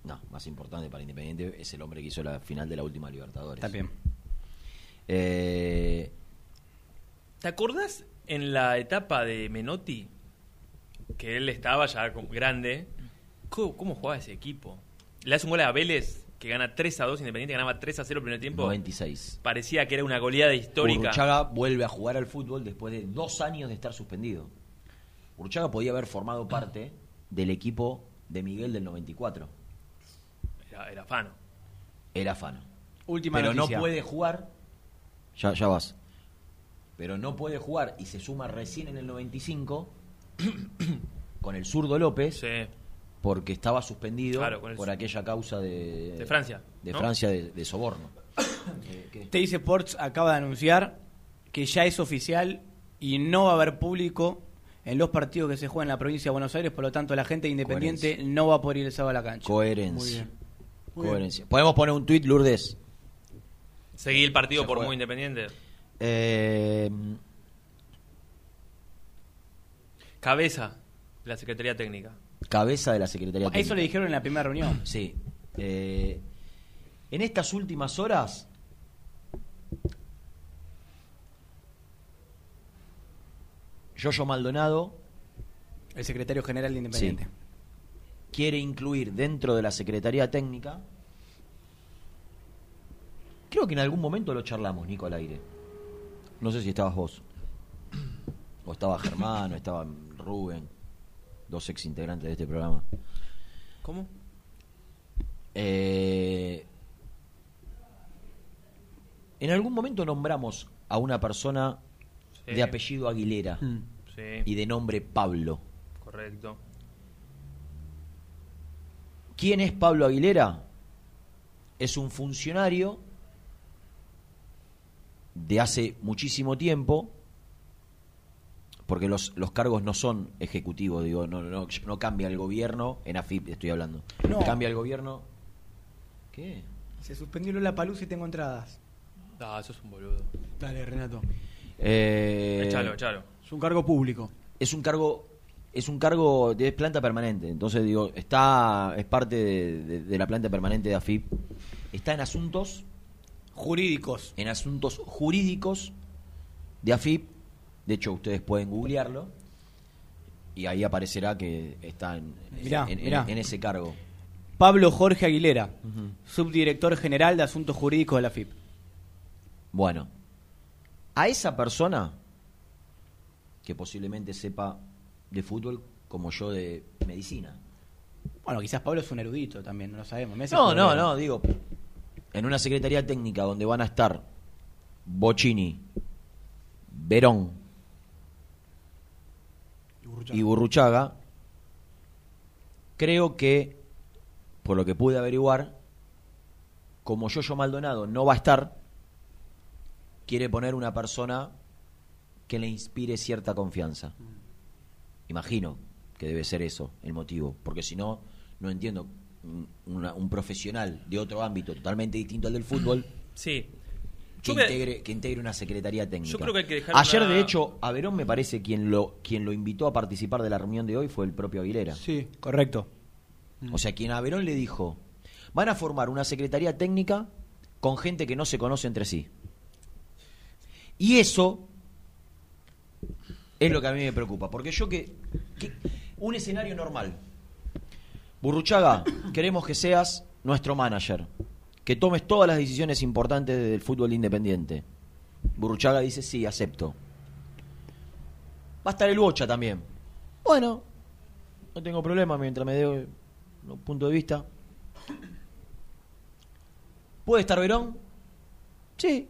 No, más importante para Independiente es el hombre que hizo la final de la última Libertadores. También. Eh, ¿Te acordás en la etapa de Menotti? Que él estaba ya como grande ¿Cómo, cómo jugaba ese equipo? Le hace un gol a Vélez que gana 3 a 2, Independiente ganaba 3 a 0 el primer tiempo. 96. Parecía que era una goleada histórica. Urruchaga vuelve a jugar al fútbol después de dos años de estar suspendido. Urruchaga podía haber formado parte del equipo de Miguel del 94. Era, era fano. Era Fano. Última Pero noticia. no puede jugar. Ya, ya vas. Pero no puede jugar y se suma recién en el 95 *clears throat* con el zurdo López. Porque estaba suspendido Claro, con el por sur- aquella causa de, De Francia, De ¿no? Francia de, de *coughs* soborno. Eh, Te dice Sports acaba de anunciar que ya es oficial y no va a haber público en los partidos que se juegan en la provincia de Buenos Aires, por lo tanto la gente de independiente no va a poder ir el sábado a la cancha. Coherencia. Muy bien. Coherencia. ¿Podemos poner un tuit, Lourdes? Seguí el partido por muy independiente. Eh, Cabeza de la Secretaría Técnica. cabeza de la Secretaría Eso Técnica. le dijeron en la primera reunión. Sí. Eh, en estas últimas horas. Yoyo Maldonado El secretario general de Independiente. quiere incluir dentro de la Secretaría Técnica. Creo que en algún momento lo charlamos, Nico, al aire. No sé si estabas vos. O estaba Germán, o estaba Rubén. Dos ex integrantes de este programa. ¿Cómo? Eh, en algún momento nombramos a una persona Sí. de apellido Aguilera Mm. Sí. y de nombre Pablo. Correcto. ¿Quién es Pablo Aguilera? Es un funcionario de hace muchísimo tiempo, porque los, los cargos no son ejecutivos, digo, no, no, no cambia el gobierno, en AFIP estoy hablando, No. cambia el gobierno. ¿Qué? Se suspendió la palusa y tengo entradas. Ah, eso es un boludo. Dale, Renato. Eh, Echalo, echalo. Es un cargo público. es un cargo es un cargo de planta permanente entonces digo está es parte de, de- de la planta permanente de AFIP está en asuntos jurídicos en asuntos jurídicos de AFIP de hecho ustedes pueden googlearlo y ahí aparecerá que está en, Mirá, en- en- mirá. en ese cargo Pablo Jorge Aguilera, subdirector general de Asuntos Jurídicos de la FIP. Bueno, a esa persona que posiblemente sepa de fútbol como yo de medicina. Bueno, quizás Pablo es un erudito también, no lo sabemos. Messi No, es no, jugador. no, digo, en una secretaría técnica donde van a estar Bocini, Verón y Burruchaga, creo que, por lo que pude averiguar, como Yoyo Maldonado no va a estar, quiere poner una persona que le inspire cierta confianza. Mm. Imagino que debe ser eso el motivo, porque si no, no entiendo un- una- un profesional de otro ámbito totalmente distinto al del fútbol Sí. que Yo me- integre, que integre una secretaría técnica. Yo creo que hay que dejar Ayer, una- de hecho, a Verón me parece quien lo, quien lo invitó a participar de la reunión de hoy fue el propio Aguilera. Sí, correcto. O sea, quien a Verón le dijo, van a formar una secretaría técnica con gente que no se conoce entre sí. Y eso es lo que a mí me preocupa, porque yo que... que- un escenario normal. Burruchaga, queremos que seas nuestro manager, que tomes todas las decisiones importantes del fútbol independiente. Burruchaga dice, sí, acepto. Va a estar el Bocha también. Bueno, no tengo problema mientras me dé un punto de vista. ¿Puede estar Verón? Sí.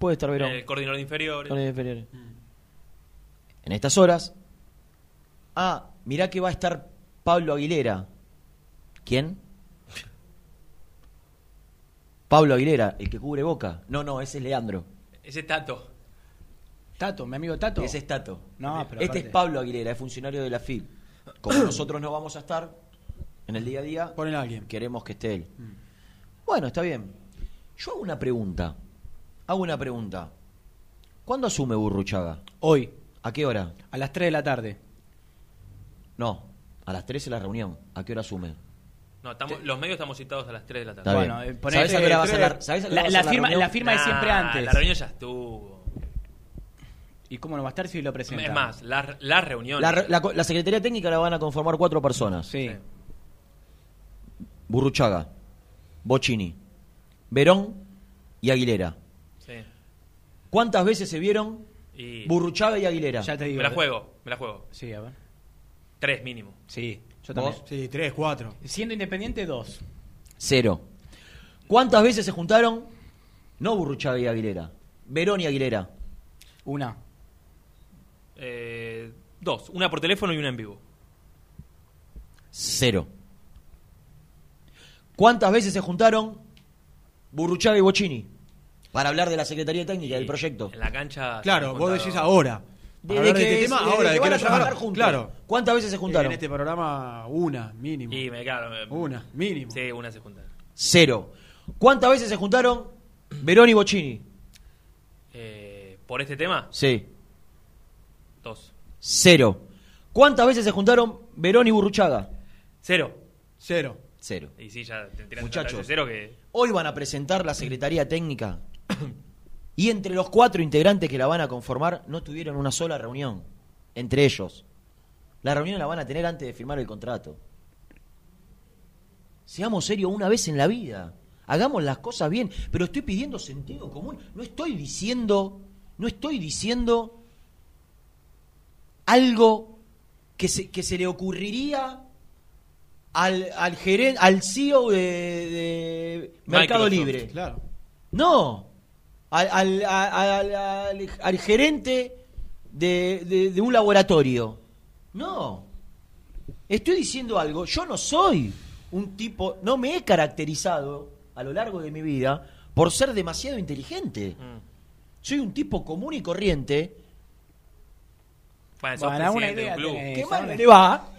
Puede estar Verón. El Eh, coordinador de inferiores. Coordinador de inferiores. En estas horas. Ah, mirá que va a estar Pablo Aguilera. ¿Quién? Pablo Aguilera, el que cubre boca. No, no, ese es Leandro. Ese Tato. Tato, mi amigo Tato. Ese es Tato. No, pero este aparte- es Pablo Aguilera, es funcionario de la FIB. *coughs* Como nosotros no vamos a estar en el día a día, Ponen a alguien. queremos que esté él. Mm. Bueno, está bien. Yo hago una pregunta. Hago una pregunta. ¿Cuándo asume Burruchaga? Hoy. ¿A qué hora? A las 3 de la tarde. No, a las 13 la reunión. ¿A qué hora asume? No, estamos, los medios estamos citados a las 3 de la tarde. Está Bueno, bien. eh, ponele- ¿Sabés a qué hora va a ser la- sabés a qué hora la, va a la ser la firma, reunión? la firma es Nah, siempre antes. La reunión ya estuvo. ¿Y cómo no va a estar si lo presenta? Es más, las las reuniones. La, re- la co- la Secretaría Técnica la van a conformar cuatro personas. Sí. Burruchaga, Bocini, Verón y Aguilera. Sí. ¿Cuántas veces se vieron Y- Burruchaga y Aguilera? Me eh. la juego, me la juego. eh. Sí, a ver. Tres mínimo. Sí, yo ¿Vos? también. Sí, tres, cuatro. Siendo independiente, dos. Cero. ¿Cuántas veces se juntaron? No Burruchaga y Aguilera. Verón y Aguilera. Una. Eh, dos, una por teléfono y una en vivo. Cero. ¿Cuántas veces se juntaron Burruchaga y Bocini? Para hablar de la Secretaría Técnica, del proyecto. En la cancha. Claro, se vos han decís juntado. ahora. Desde Para hablar de que este es- tema, desde ahora, que de van lo a trabajar llamaron. juntos. Claro. ¿Cuántas veces se juntaron? En este programa, una, mínimo. Y me claro. Una, mínimo. Sí, una se junta. Cero. ¿Cuántas veces se juntaron Verón y Bocini? Eh, ¿Por este tema? Sí. Dos. Cero. ¿Cuántas veces se juntaron Verón y Burruchaga? Cero. Cero. Cero. Y sí, ya te tiraste Muchachos. atrás de cero que. Hoy van a presentar la Secretaría Técnica y entre los cuatro integrantes que la van a conformar no tuvieron una sola reunión. Entre ellos. La reunión la van a tener antes de firmar el contrato. Seamos serios una vez en la vida. Hagamos las cosas bien. Pero estoy pidiendo sentido común. No estoy diciendo, no estoy diciendo algo que se, que se le ocurriría al, al gerente, al CEO de, de Mercado Microsoft, Libre. Claro. No. Al, al- al- al- al- al gerente de, de- de un laboratorio. No. Estoy diciendo algo. Yo no soy un tipo. No me he caracterizado a lo largo de mi vida por ser demasiado inteligente. Mm. Soy un tipo común y corriente. Bueno, sos Para una presidente de un idea club. tenés, Qué mal le va.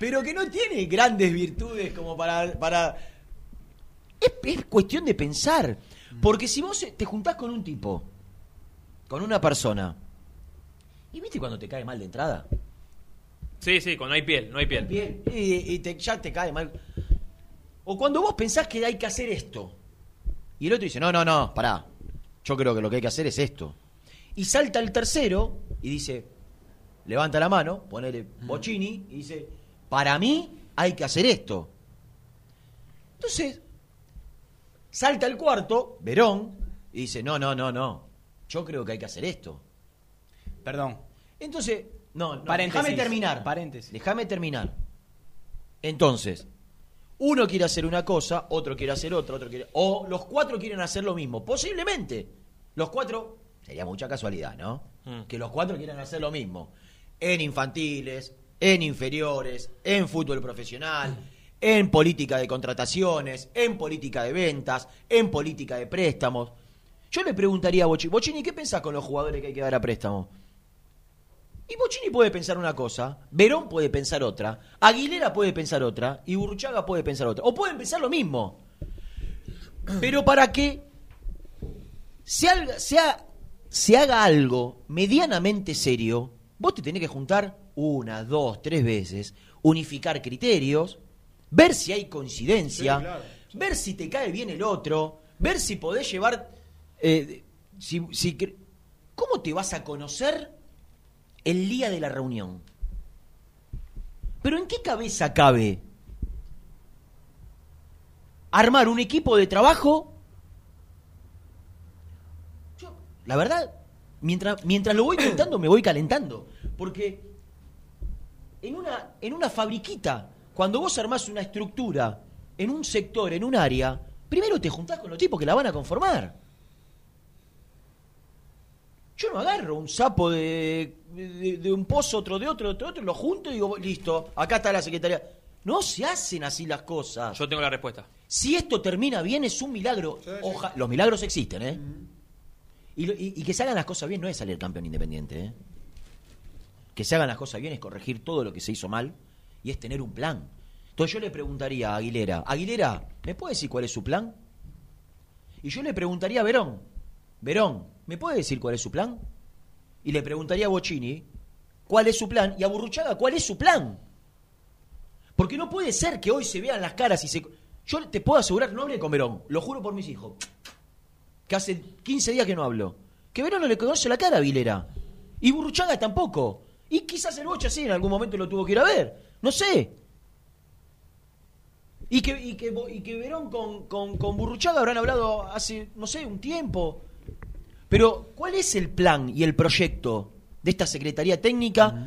Pero que no tiene grandes virtudes como para. para... Es, es cuestión de pensar. Porque si vos eh, te juntás con un tipo, con una persona, ¿y viste cuando te cae mal de entrada? Sí, sí, cuando hay piel, no hay piel. Bien, y, y te- ya te cae mal. O cuando vos pensás que hay que hacer esto, y el otro dice, no, no, no, pará, yo creo que lo que hay que hacer es esto. Y salta el tercero y dice, levanta la mano, ponele Bocini, y dice, para mí hay que hacer esto. Entonces, salta el cuarto, Verón, y dice, no, no, no, no, yo creo que hay que hacer esto. Perdón. Entonces, no, no, Paréntesis. déjame terminar. Paréntesis. Déjame terminar. Entonces, uno quiere hacer una cosa, otro quiere hacer otra, otro quiere. O los cuatro quieren hacer lo mismo. Posiblemente. Los cuatro. Sería mucha casualidad, ¿no? Mm. Que los cuatro quieran hacer lo mismo. En infantiles, en inferiores, en fútbol profesional, Mm. en política de contrataciones, en política de ventas, en política de préstamos. Yo le preguntaría a Bochini, Bochini, ¿qué pensás con los jugadores que hay que dar a préstamo? Y Bochini puede pensar una cosa, Verón puede pensar otra, Aguilera puede pensar otra y Burruchaga puede pensar otra. O pueden pensar lo mismo. Pero para que se haga, se ha- se haga algo medianamente serio, vos te tenés que juntar una, dos, tres veces, unificar criterios, ver si hay coincidencia, ver si te cae bien el otro, ver si podés llevar... eh, si- si cre- ¿Cómo te vas a conocer el día de la reunión. Pero ¿en qué cabeza cabe armar un equipo de trabajo? Yo, la verdad, mientras, mientras lo voy intentando me voy calentando. Porque en una, en una fabriquita, cuando vos armás una estructura en un sector, en un área, primero te juntás con los tipos que la van a conformar. Yo no agarro un sapo de, de- de un pozo, otro de otro, otro de otro, lo junto y digo, listo, acá está la secretaría. No se hacen así las cosas. Yo tengo la respuesta. Si esto termina bien es un milagro. Oja- Los milagros existen, ¿eh? Y, lo- y- y que se hagan las cosas bien no es salir campeón independiente, ¿eh? Que se hagan las cosas bien es corregir todo lo que se hizo mal y es tener un plan. Entonces yo le preguntaría a Aguilera, Aguilera, ¿me puede decir cuál es su plan? Y yo le preguntaría a Verón, Verón, ¿me puede decir cuál es su plan? Y le preguntaría a Bocini, ¿cuál es su plan? Y a Burruchaga, ¿cuál es su plan? Porque no puede ser que hoy se vean las caras y se... Yo te puedo asegurar, no hablé con Verón, lo juro por mis hijos, que hace 15 días que no hablo. Que Verón no le conoce la cara a Vilera. Y Burruchaga tampoco. Y quizás el Bocha sí en algún momento lo tuvo que ir a ver. No sé. Y que, y que, Bo- y que Verón con, con, con Burruchaga habrán hablado hace, no sé, un tiempo. Pero, ¿cuál es el plan y el proyecto de esta Secretaría Técnica?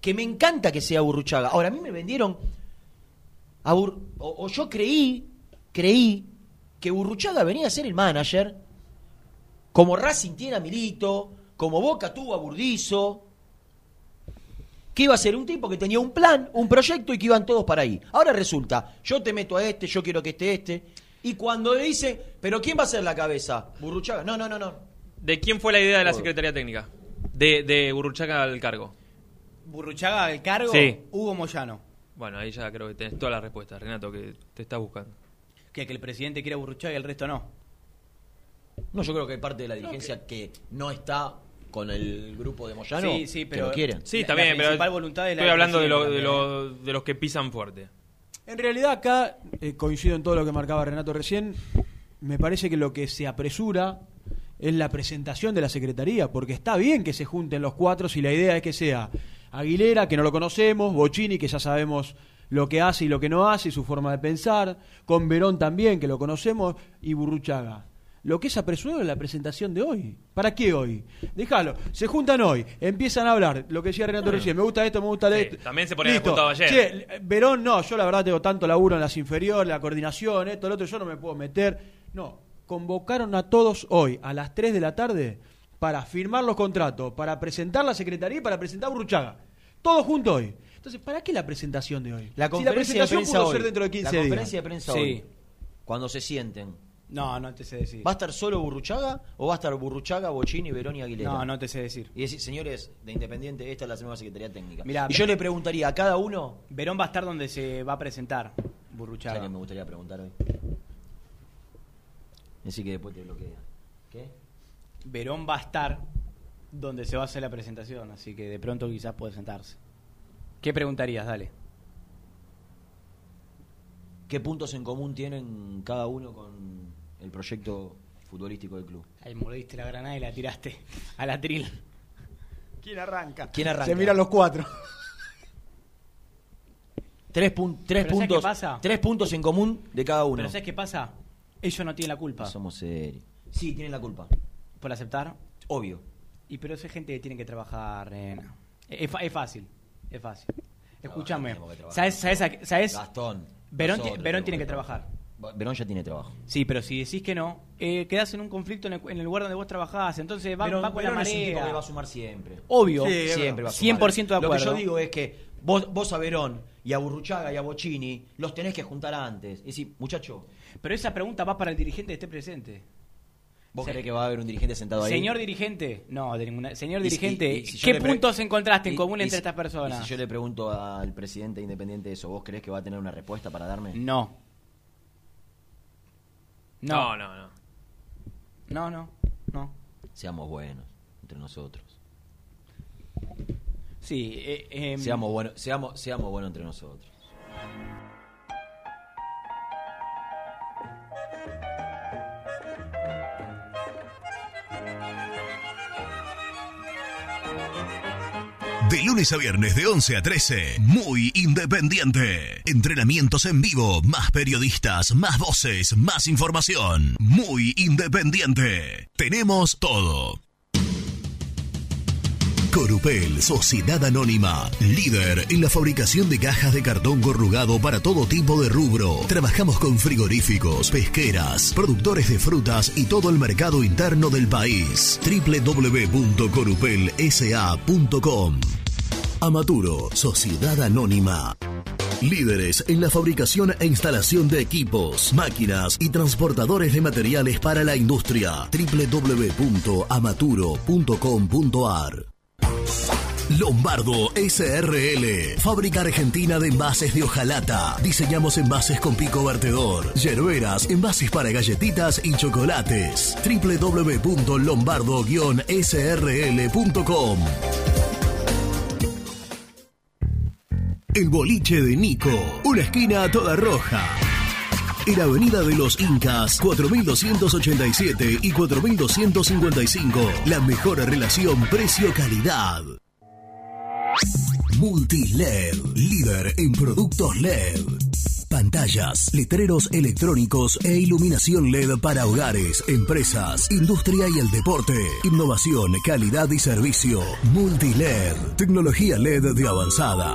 Que me encanta que sea Burruchaga. Ahora, a mí me vendieron. a Bur- o, o yo creí, creí que Burruchaga venía a ser el manager. Como Racing tiene a Milito, como Boca tuvo a Burdizo. Que iba a ser un tipo que tenía un plan, un proyecto y que iban todos para ahí. Ahora resulta, yo te meto a este, yo quiero que esté este. Y cuando le dicen, ¿pero quién va a ser la cabeza? Burruchaga. No, no, no, no. ¿De quién fue la idea de la Secretaría Técnica? De, de Burruchaga al cargo. Burruchaga al cargo, Sí. Hugo Moyano. Bueno, ahí ya creo que tenés todas las respuestas, Renato, que te estás buscando. Que, que el presidente quiera Burruchaga y el resto no. No, yo creo que hay parte de la dirigencia que... no está con el grupo de Moyano. Sí, sí, pero- Que lo quieren. Sí, La- está la bien, pero principal voluntad es la estoy del hablando de, lo- presidente de lo- de los que pisan fuerte. En realidad acá eh, coincido en todo lo que marcaba Renato recién. Me parece que lo que se apresura es la presentación de la Secretaría, porque está bien que se junten los cuatro si la idea es que sea Aguilera, que no lo conocemos, Bochini, que ya sabemos lo que hace y lo que no hace, y su forma de pensar, con Verón también, que lo conocemos, y Burruchaga. Lo que es apresurado es la presentación de hoy. ¿Para qué hoy? Déjalo. Se juntan hoy, empiezan a hablar, lo que decía Renato Claro. recién, me gusta esto, me gusta Sí, esto. también se ponían Listo. juntados ayer. Che, Verón no, yo la verdad tengo tanto laburo en las inferiores, la coordinación, esto, lo otro, yo no me puedo meter. No, convocaron a todos hoy, a las 3 de la tarde, para firmar los contratos, para presentar la secretaría y para presentar Burruchaga. Todos juntos hoy. Entonces, ¿para qué la presentación de hoy? La Si conferencia de presentación prensa pudo hoy. ser dentro de 15 La días. conferencia de prensa Sí. hoy. Cuando se sienten. No, no te sé decir. ¿Va a estar solo Burruchaga o va a estar Burruchaga, Bochini, Verón y Aguilera? No, no te sé decir. Y decir, señores de Independiente, esta es la nueva Secretaría Técnica. Mirá, y yo le preguntaría a cada uno. Verón va a estar donde se va a presentar ¿Sabes Burruchaga. qué me gustaría preguntar hoy? Así que después te bloquea. ¿Qué? Verón va a estar donde se va a hacer la presentación, así que de pronto quizás puede sentarse. ¿Qué preguntarías? Dale. ¿Qué puntos en común tienen cada uno con el proyecto futbolístico del club? Ahí mordiste la granada y la tiraste a la tril. ¿Quién arranca? ¿Quién arranca? Se miran los cuatro. Tres, pun- tres Pero ¿sabes puntos, qué pasa? tres puntos en común de cada uno. Pero ¿sabes qué pasa? Ellos no tienen la culpa. Somos serios. Sí, tienen la culpa. ¿Por aceptar? Obvio. Y pero esa gente que tiene que trabajar, nena. Es, fa- es fácil, es fácil. Escúchame. tenemos que trabajar. ¿Sabes? ¿Sabes? a qué- ¿Sabes? Gastón, Verón, nosotros ti- tenemos Verón tiene que que trabajar. Verón ya tiene trabajo. Sí, pero si decís que no, eh, quedás en un conflicto en el, cu- en el lugar donde vos trabajás. Entonces va, Verón- va con la Verón es un tipo marea. que va a sumar siempre. Obvio. Sí, es siempre verdad. va a sumar. 100% de Lo que yo acuerdo. digo es que vos, vos a Verón y a Burruchaga y a Bochini los tenés que juntar antes. Y decir, muchacho, Pero esa pregunta va para el dirigente que esté presente. ¿vos Se- crees que va a haber un dirigente sentado ahí? Señor dirigente, no, de ninguna. Señor Y si- dirigente, y- y si yo ¿qué le pre- puntos encontraste en y- común y entre si- estas personas? y si yo le pregunto al presidente independiente eso, ¿vos crees que va a tener una respuesta para darme? No. No, No. no, no. No, no, no. Seamos buenos entre nosotros. Sí, eh, em, Seamos buenos, seamos, seamos buenos entre nosotros. De lunes a viernes de 11 a 13, muy independiente. Entrenamientos en vivo, más periodistas, más voces, más información. Muy independiente. Tenemos todo. Corupel, Sociedad Anónima, líder en la fabricación de cajas de cartón corrugado para todo tipo de rubro. Trabajamos con frigoríficos, pesqueras, productores de frutas y todo el mercado interno del país. www.corupelsa.com Amaturo, Sociedad Anónima. Líderes en la fabricación e instalación de equipos, máquinas y transportadores de materiales para la industria. www.amaturo.com.ar Lombardo SRL, fábrica argentina de envases de hojalata. Diseñamos envases con pico vertedor, yerberas, envases para galletitas y chocolates. www.lombardo-srl.com El boliche de Nico, una esquina toda roja. En Avenida de los Incas, 4287 y 4255. La mejor relación precio-calidad. E Multiled, líder en productos LED. pantallas, letreros electrónicos e iluminación LED para hogares, empresas, industria y el deporte. Innovación, calidad y servicio. Multiled, tecnología LED de avanzada.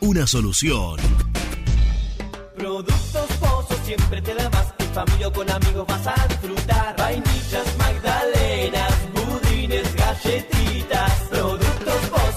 una solución. Productos pozos siempre te da más. En familia o con amigos vas a disfrutar. Vainillas, magdalenas, budines, galletitas. Productos pozos.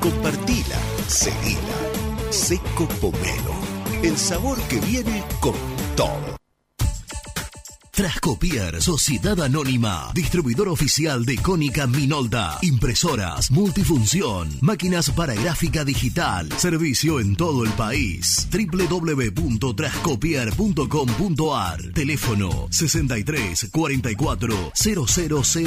compartila, seguila. Seco Pomelo. El sabor que viene con todo. Trascopier, Sociedad Anónima, distribuidor oficial de Cónica Minolta, impresoras, multifunción, máquinas para gráfica digital, servicio en todo el país. www.trascopier.com.ar, teléfono 63 44 0000.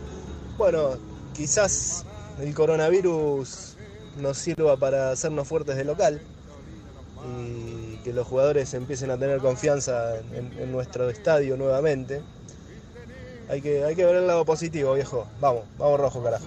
Bueno, quizás el coronavirus nos sirva para hacernos fuertes de local y que los jugadores empiecen a tener confianza en, en nuestro estadio nuevamente. Hay que, hay que ver el lado positivo, viejo. Vamos, vamos rojo, carajo.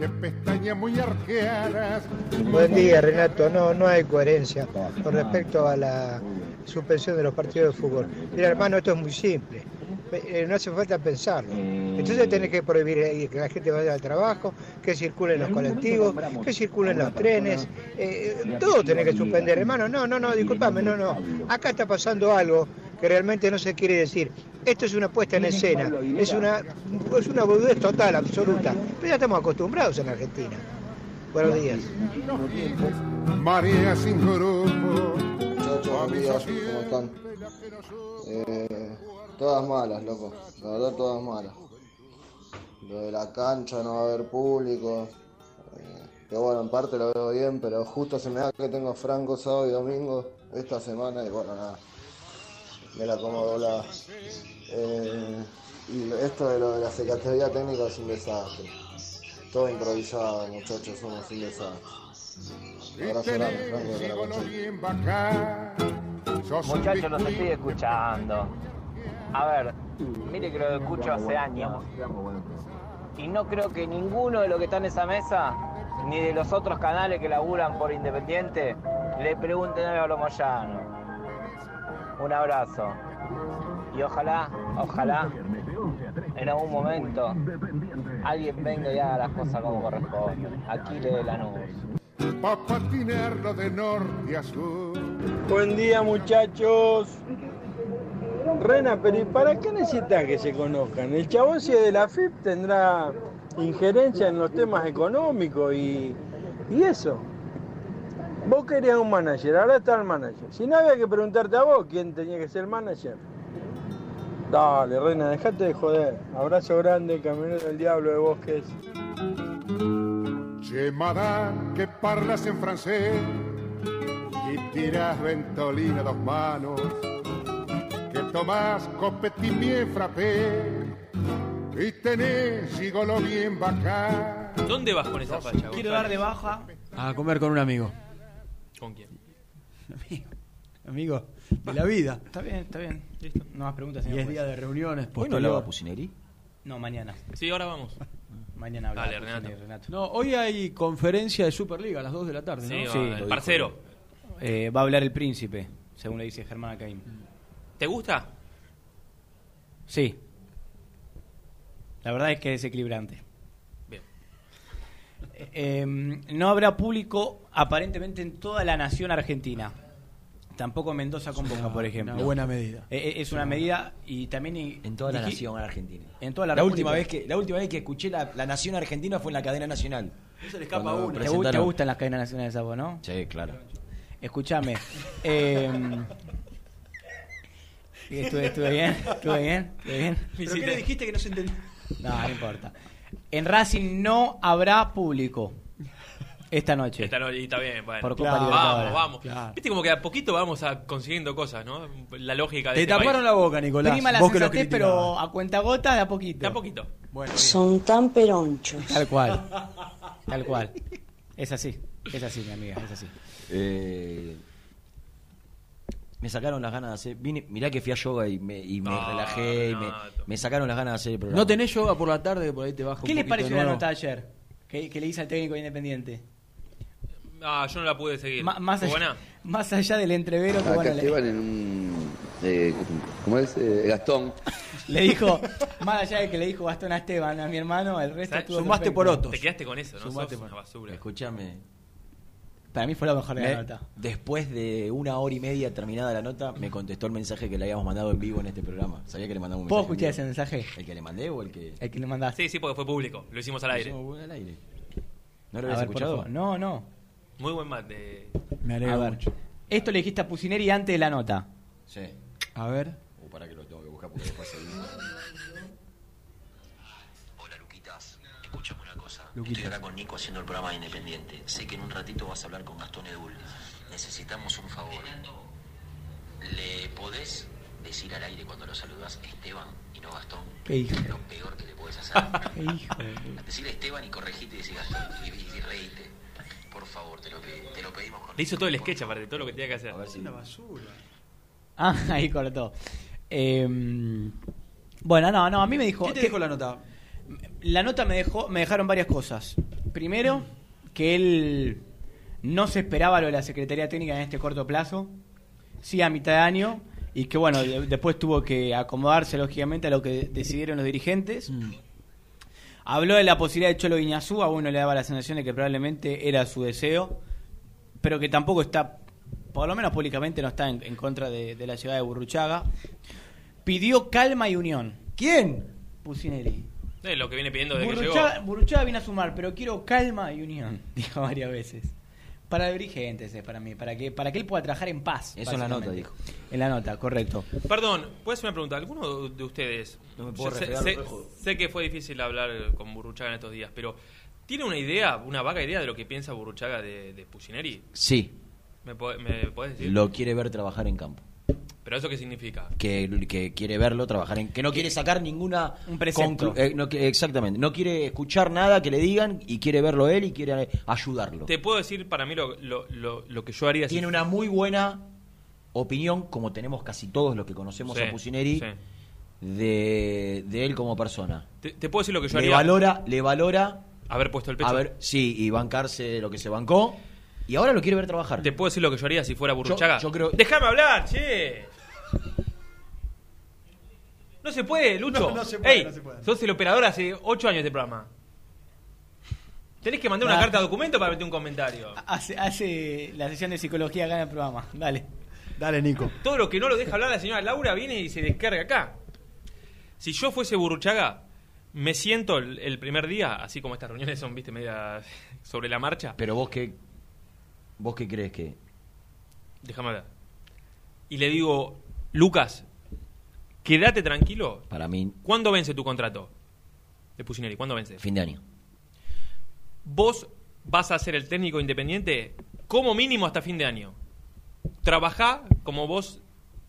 de pestañas muy arqueadas. Buen día, Renato. No, no hay coherencia con respecto a la suspensión de los partidos de fútbol. Mira, hermano, esto es muy simple. Eh, No hace falta pensarlo. Entonces tenés que prohibir eh, que la gente vaya al trabajo, que circulen los colectivos, que circulen los trenes. eh, todo tenés que suspender, hermano. No, no, no, discúlpame, no, no. Acá está pasando algo que realmente no se quiere decir. Esto es una puesta en escena, es una, es una boludez total, absoluta. Pero ya estamos acostumbrados en Argentina. Buenos días. María sin grupo. Muchachos, buen día, ¿cómo están? Eh, todas malas, loco. La verdad, todas malas. Lo de la cancha, no va a haber público. eh, que bueno, en parte lo veo bien, pero justo se me da que tengo Franco sábado y domingo esta semana y bueno, nada. Me la como doblada. Eh, y esto de lo de la Secretaría Técnica es un desastre. Todo improvisado, muchachos, somos un desastre. Abrazo grande, Franco de Carabanchel. Muchachos, los estoy escuchando. A ver, mire que lo escucho hace años. Y no creo que ninguno de los que está en esa mesa, ni de los otros canales que laburan por Independiente, le pregunten algo a los Moyano. Un abrazo. Y ojalá, ojalá, en algún momento, alguien venga y haga las cosas como corresponde. Aquí le dé la nube. Pa' patinarlo de norte a sur. Buen día muchachos. Rena, pero ¿y para qué necesitas que se conozcan? El chabón si es de la FIP tendrá injerencia en los temas económicos y, y eso. Vos querías un manager, ahora está el manager. Si no había que preguntarte a vos quién tenía que ser el manager. Dale, Rena, dejate de joder. Abrazo grande, camionero del diablo de bosques. Che, madame, que parlas en francés y tiras ventolina a dos manos, que tomás copetín bien frappé y tenés gigolo bien bacán. ¿Dónde vas con esa facha? Quiero dar de baja. A comer con un amigo. *laughs* ¿Con quién? Amigo. Amigo de la vida. Está bien, está bien. Listo. No más preguntas, Y señor. es juez. día de reuniones. ¿Hoy no posterior. hablaba Pucineri? No, mañana. Sí, ahora vamos. Mañana hablamos. Dale, Renato. No, hoy hay conferencia de Superliga a las 2 de la tarde, ¿no? el parcero. Eh, va a hablar el príncipe, según le dice Germán Acaim. ¿Te gusta? Sí. La verdad es que es desequilibrante. Bien. Eh, no habrá público aparentemente en toda la nación argentina. Tampoco en Mendoza con Boca, por ejemplo. una buena medida. Eh, eh, es una medida y también... En toda la nación argentina. En toda la, La República. última, vez que, la última vez que escuché la, la Nación Argentina fue en la cadena nacional. Eso le Te gu- ¿Te, gustan las cadenas nacionales a vos, no? Sí, claro. Escúchame. *laughs* eh, estuve, estuve bien, estuve bien, estuve bien. *laughs* ¿Pero qué le dijiste que no se entendió? No, no importa. En Racing no habrá público esta noche. Esta noche, y está bien, bueno. Por Copa vamos, Libertadores. vamos. Claro. Viste como que a poquito vamos a- consiguiendo cosas, ¿no? La lógica de Te este taparon país. la boca, Nicolás. Prima la vos que lo sensatez, criticabas. pero a cuenta gota de a poquito. De a poquito. Son tan peronchos. Tal cual. *laughs* Tal cual. Es así. Es así, mi amiga. Es así. Eh, me sacaron las ganas de hacer. Vine, mirá que fui a yoga y me, y me No, relajé. y me, me sacaron las ganas de hacer el programa. No tenés yoga por la tarde, por ahí te bajo ¿Qué les pareció la nota ayer que, que le hice al técnico de independiente? Ah, yo no la pude seguir. Ma- más, ¿Fue allá, buena? más allá del entrevero que Acá bueno, le- Esteban en un eh, ¿cómo es? Eh, *laughs* Gastón. Le dijo, más allá de que le dijo Gastón a Esteban, a mi hermano, el resto estuvo perfecto. Te quedaste con eso, ¿no? Sumaste Sos por- una basura. Escúchame. Para mí fue la mejor de la Me- nota. Después de una hora y media terminada la nota, me contestó el mensaje que le habíamos mandado en vivo en este programa. Sabía que le mandamos un ¿Puedo mensaje. escuchar ese en vivo. mensaje? ¿El que le mandé o el que.? El que le mandaste. Sí, sí, porque fue público. Lo hicimos al aire. Lo hicimos al aire. ¿No lo A habías ver, por escuchado? favor. No, no. Muy buen mate. Me A ver, Esto le dijiste a Pusineri antes de la nota. Sí. A ver. O para que lo tengo que buscar porque después se Hola Luquitas, escúchame una cosa. Luquitas. Estoy acá con Nico haciendo el programa de Independiente. Sé que en un ratito vas a hablar con Gastón Edul. Necesitamos un favor. ¿Le podés decir al aire cuando lo saludas Esteban y no Gastón? Qué hijo. Lo peor que le podés hacer. *laughs* Qué hijo de puta. Decirle Esteban y corregite y decir Gastón y, y reíte. Por favor, te lo, pe- te lo pedimos con Le hizo todo el sketch aparte, todo lo que tenía que hacer. A ver si. Una basura. Ah, *laughs* ahí cortó. Eh, bueno, no, no, a mí me dijo. ¿Qué te dijo la nota? La nota me dejó, me dejaron varias cosas. Primero, que él no se esperaba lo de la Secretaría Técnica en este corto plazo, sí a mitad de año, y que bueno, de- después tuvo que acomodarse lógicamente a lo que decidieron los dirigentes. Habló de la posibilidad de Cholo Guiñazú, a uno le daba la sensación de que probablemente era su deseo, pero que tampoco está, por lo menos públicamente no está en, en contra de, de la llegada de Burruchaga. Pidió calma y unión. ¿Quién? Pusineri. Eh, lo que viene pidiendo desde que llegó. Burruchaga, Burruchaga viene a sumar, pero quiero calma y unión, Mm. *laughs* dijo varias veces. Para dirigentes, es para mí, para que, para que él pueda trabajar en paz. Eso en la nota, básicamente. En la nota, correcto. Perdón, ¿puedes hacer una pregunta? ¿Alguno de ustedes? No me puedo Yo respirar sé, los ojos. sé que fue difícil hablar con Burruchaga en estos días, pero ¿tiene una idea, una vaga idea de lo que piensa Burruchaga de, de Pucineri? Sí, ¿Me, po- me podés decir? lo quiere ver trabajar en campo. ¿Pero eso qué significa? Que, que quiere verlo trabajar en. Que no quiere sacar ninguna. Eh, Un precepto. conclu- eh, no que- exactamente. No quiere escuchar nada que le digan y quiere verlo él y quiere eh, ayudarlo. Te puedo decir para mí lo, lo- lo- lo que yo haría. si- Tiene una muy buena opinión, como tenemos casi todos los que conocemos Sí, a Pusineri, sí. de, de él como persona. Te, te puedo decir lo que yo Le haría. valora, le valora Haber puesto el pecho. a ver, sí, y bancarse lo que se bancó. Y ahora lo quiere ver trabajar. ¿Te puedo decir lo que yo haría si fuera Burruchaga? yo creo- ¡Déjame hablar, che! No se puede, Lucho. *laughs* No, no se puede, Ey, no se puede. Sos el operador hace ocho años de este programa. Tenés que mandar una Ah. carta de documento para meter un comentario. Hace, hace la sesión de psicología acá en el programa. Dale. Dale, Nico. Todo lo que no lo deja hablar la señora Laura viene y se descarga acá. Si yo fuese Burruchaga, me siento el, el primer día, así como estas reuniones son, viste, media *laughs* sobre la marcha. Pero vos qué, vos qué crees que... Déjame hablar. Y le digo, Lucas, quédate tranquilo. Para mí, ¿Cuándo vence tu contrato? De Pusineri, ¿cuándo vence? fin de año. Vos vas a ser el técnico independiente como mínimo hasta fin de año. Trabajá como vos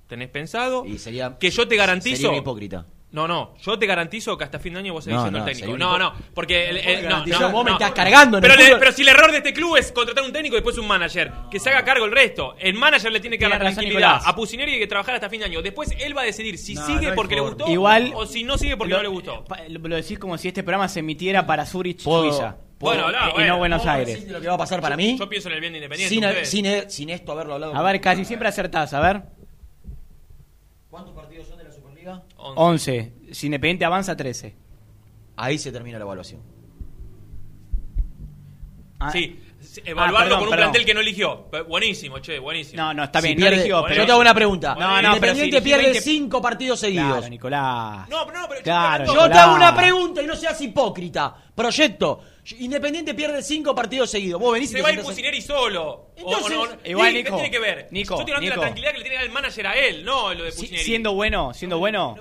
tenés pensado. Y sería... Que yo te garantizo- Sería un hipócrita. No, no, yo te garantizo que hasta fin de año vos seguís No, siendo no, el técnico. sería No, un no, porque... el- No puedo el- no, garantizar. no, Vos me no. estás cargando en Pero, el le- fútbol. pero si el error de este club es contratar un técnico y después un manager, que se haga cargo el resto. El manager le tiene que dar la Tiene razón, tranquilidad. Nicolás. A Pusineri hay que trabajar hasta fin de año. Después él va a decidir si No, sigue no hay porque le forma. gustó Igual- o si no sigue porque no le gustó. Pa- Lo, lo decís como si este programa se emitiera para Zurich, Puedo- Suiza. puedo- Y- Bueno, no, y, bueno, no Buenos ¿puedo Aires. decirte lo que va a pasar para mí? Yo pienso en el bien de Independiente. Sin, ustedes. sin, e- sin esto haberlo hablado. A ver, casi siempre acertás. A ver, ¿Cuántos partidos son de la Superliga? 11. Si Independiente avanza, 13. Ahí se termina la evaluación. Ah, Sí, sí, eh, evaluarlo perdón, con un perdón. plantel que no eligió. Pe- Buenísimo, che, buenísimo. No, no, está Si bien. pierde- no eligió, Yo pero te hago una pregunta. No, no, pero si Independiente eligió pierde 20 cinco partidos seguidos. Claro, Nicolás. No, pero no, pero Claro, Yo te Nicolás. hago una pregunta y no seas hipócrita. Proyecto. Independiente pierde cinco partidos seguidos. Vos venís y Se te va a ir sentás en- Pusineri solo. Entonces, igual, ¿qué Nico, tiene que ver? Nico, Yo estoy hablando de la Nico. tranquilidad que le tiene al manager a él, no lo de Si- Pusineri. siendo bueno, siendo bueno,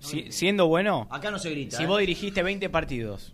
si- siendo bueno, eh, Acá no se grita. si ¿eh? vos dirigiste 20 partidos,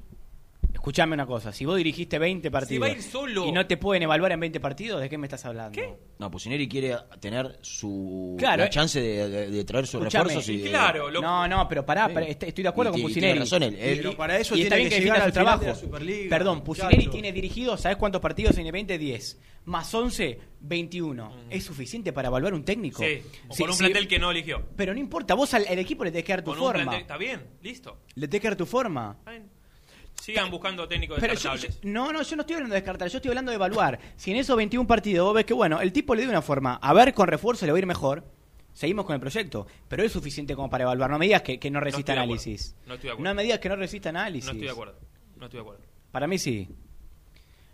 escuchame una cosa, si vos dirigiste 20 partidos va a ir solo. y no te pueden evaluar en 20 partidos, ¿de qué me estás hablando? No, Pusineri quiere tener su Claro, la eh. chance de, de- de traer sus Escuchame. refuerzos. Y de- No, no, pero pará, Sí. pará, est- estoy de acuerdo Y con tiene- Pucineri. tiene razón él. Él- Pero para eso y tiene está bien que que llegar defienda al final su trabajo. de la Superliga, Perdón, muchacho. Pucineri tiene dirigidos, ¿sabes cuántos partidos en Independiente? 10. Más 11, 21. Mm. ¿Es suficiente para evaluar un técnico? Sí, o Sí, con un sí. plantel que no eligió. Pero no importa, vos al, al equipo le tenés que dar tu Con un forma. plantel, está bien, listo. Le tenés que dar tu forma. Sigan buscando técnicos Pero yo- descartables. yo- no, no, yo no estoy hablando de descartar, yo estoy hablando de evaluar. Si en esos 21 partidos vos ves que, bueno, el tipo le dio una forma, a ver, con refuerzo le va a ir mejor. seguimos con el proyecto, pero es suficiente como para evaluar. No me digas que, que no resista estoy de acuerdo. análisis. No estoy de acuerdo. me digas que no resista análisis. No estoy de acuerdo. No estoy de acuerdo. Para mí sí.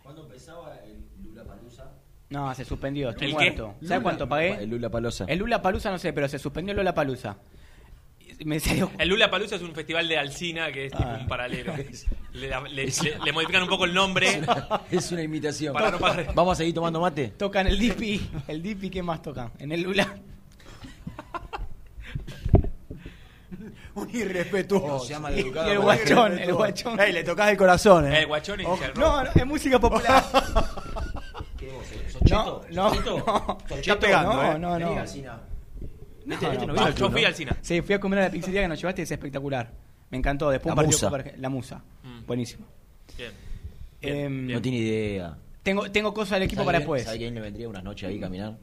¿Cuándo empezaba el Lula Palusa? No, se suspendió, estoy ¿El qué? muerto. Lula. ¿Sabes cuánto pagué? El Lula Palosa. El Lula Palusa no sé, pero se suspendió el Lula Palusa. Me salió *laughs* El Lula Palusa es un festival de Alcina que es tipo Ah. un paralelo. Le, da- le- le- le modifican un poco el nombre. *laughs* Es una imitación. Para no pagar. Vamos a seguir tomando mate. Tocan el Dipi. El Dipi, ¿qué más tocan? En el Lula. *laughs* Un irrespetuoso. Oh, se llama el educado. El guachón, el Irrespetuoso. guachón. Ey, le tocás el corazón, ¿eh? El guachón y Ojo. el No, no, es *laughs* música *laughs* popular. eh? No, no, *laughs* no. Está pegando, no, ¿eh? no, no. Vení, Alcina. No, Este- este no no, no. vino, Yo fui ¿no? al cine. Sí, fui a comer a la pizzería que nos llevaste, es espectacular. Me encantó. Después La partió Musa. Copa Arge- La musa. Mm. Buenísimo. Bien. Em, No tiene idea. Tengo, tengo cosas del equipo ¿Sabe para quién- después. ¿Sabe quién le vendría unas noches ahí a caminar?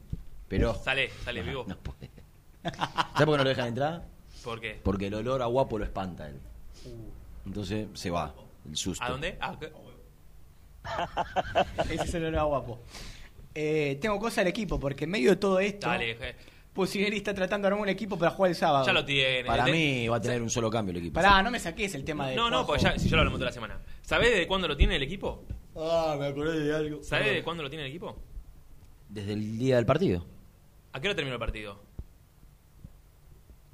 Pero. Ah, Sale, sale vivo. ¿Sabe por qué no lo dejan entrar? ¿Por qué? Uh. Porque el olor a guapo lo espanta a él. Entonces se va. El susto. ¿A dónde? Ah, ok. Ese es el olor a guapo. Eh, tengo cosas del equipo, porque en medio de todo esto, Dale, je. Pusineri está tratando de armar un equipo para jugar el sábado. ya lo tiene. Para Te- mí va a tener un solo cambio el equipo. Pará, no me saques el tema de. No, no, porque ya, si ya lo hablamos toda la semana. ¿Sabés de cuándo lo tiene el equipo? Ah, me acordé de algo. ¿Sabés de cuándo lo tiene el equipo? Desde el día del partido. ¿A qué hora terminó el partido?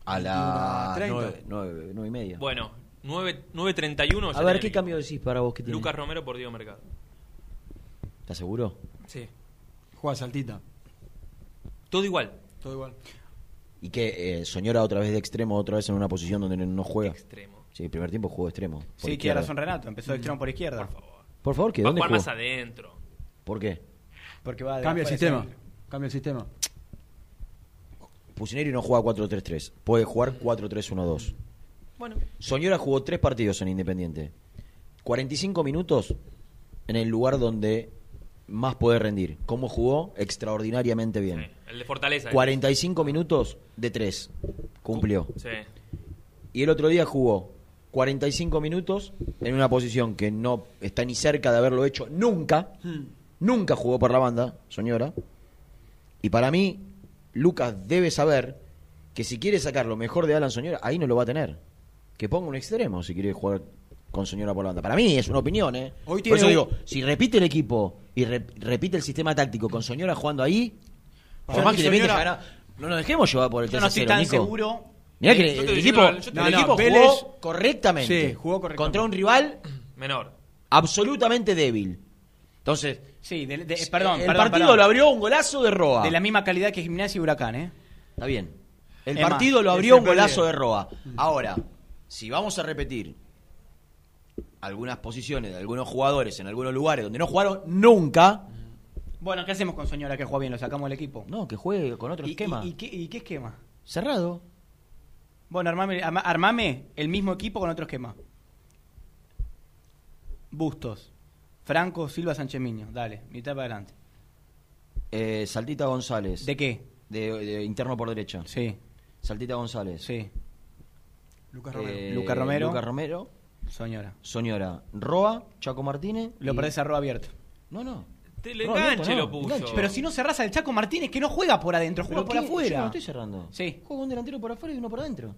A las 21:30. nueve, nueve- nueve y media. Bueno, 9 9.31. ya a ver, tiene ¿qué el equipo. cambio decís para vos que tiene? Lucas Romero por Diego Mercado. ¿Estás seguro? Sí. Juega saltita. Todo igual. Todo igual. ¿Y que eh, Soñora otra vez de extremo, otra vez en una posición donde no juega? Extremo. Sí, el primer tiempo jugó extremo. por Sí, tiene izquierda. razón Renato. Empezó de extremo por izquierda. Por favor, ¿qué? Va a ¿Dónde jugar jugó? más adentro. ¿Por qué? Porque va de Cambia el afuera sistema. hacia Cambia el sistema. Pusineri no juega 4-3-3. Puede jugar 4-3-1-2. Bueno. Soñora jugó tres partidos en Independiente. 45 minutos en el lugar donde más puede rendir. ¿Cómo jugó? Extraordinariamente bien. El de Fortaleza. ¿eh? 45 minutos de 3. Cumplió. Sí. Y el otro día jugó 45 minutos en una posición que no está ni cerca de haberlo hecho nunca. Hmm. Nunca jugó por la banda, señora. Y para mí, Lucas debe saber que si quiere sacar lo mejor de Alan Soñora, ahí no lo va a tener. Que ponga un extremo si quiere jugar con Soñora por la banda. Para mí es una opinión, ¿eh? Hoy por tiene eso un- digo, si repite el equipo y rep- repite el sistema táctico con Soñora jugando ahí, por Para más mí que le meta, Soñora- gana- no nos dejemos llevar por el Yo 3 no estoy tan seguro. Mirá Yo que estoy el, diciendo equipo, la- yo estoy- el No, no, equipo Vélez- jugó correctamente. Sí, jugó correctamente. Contra un rival Menor. absolutamente débil. Entonces, Sí, de- de- perdón. el perdón, partido perdón. lo abrió un golazo de Roa. De la misma calidad que Gimnasia y Huracán, ¿eh? Está bien. El Es más, partido lo es Mm. abrió un siempre golazo bien. de Roa. Ahora, si vamos a repetir algunas posiciones de algunos jugadores en algunos lugares donde no jugaron nunca, Bueno, ¿qué hacemos con Soñora que juega bien? ¿Lo sacamos del equipo? no, que juegue con otro ¿Y, esquema. y- y qué, y qué esquema? Cerrado. Bueno, armame, ama- armame el mismo equipo con otro esquema. Bustos. Franco, Silva, Sánchez Miño. Dale, mitad para adelante. Eh, Saltita González. ¿De qué? De, de interno por derecha. Sí. Saltita González. Sí. Lucas Eh, Lucas Romero. Lucas Romero. Soñora. Soñora. Roa. Chaco Martínez. Lo y- perdés a Roa abierto. No, no. Te le No, abierto enganche no, lo puso. enganche. Pero si no cerrás al Chaco Martínez, que no juega por adentro, Pero juega por ¿qué? Yo no afuera. estoy cerrando. Sí. Juega un delantero por afuera y uno por adentro.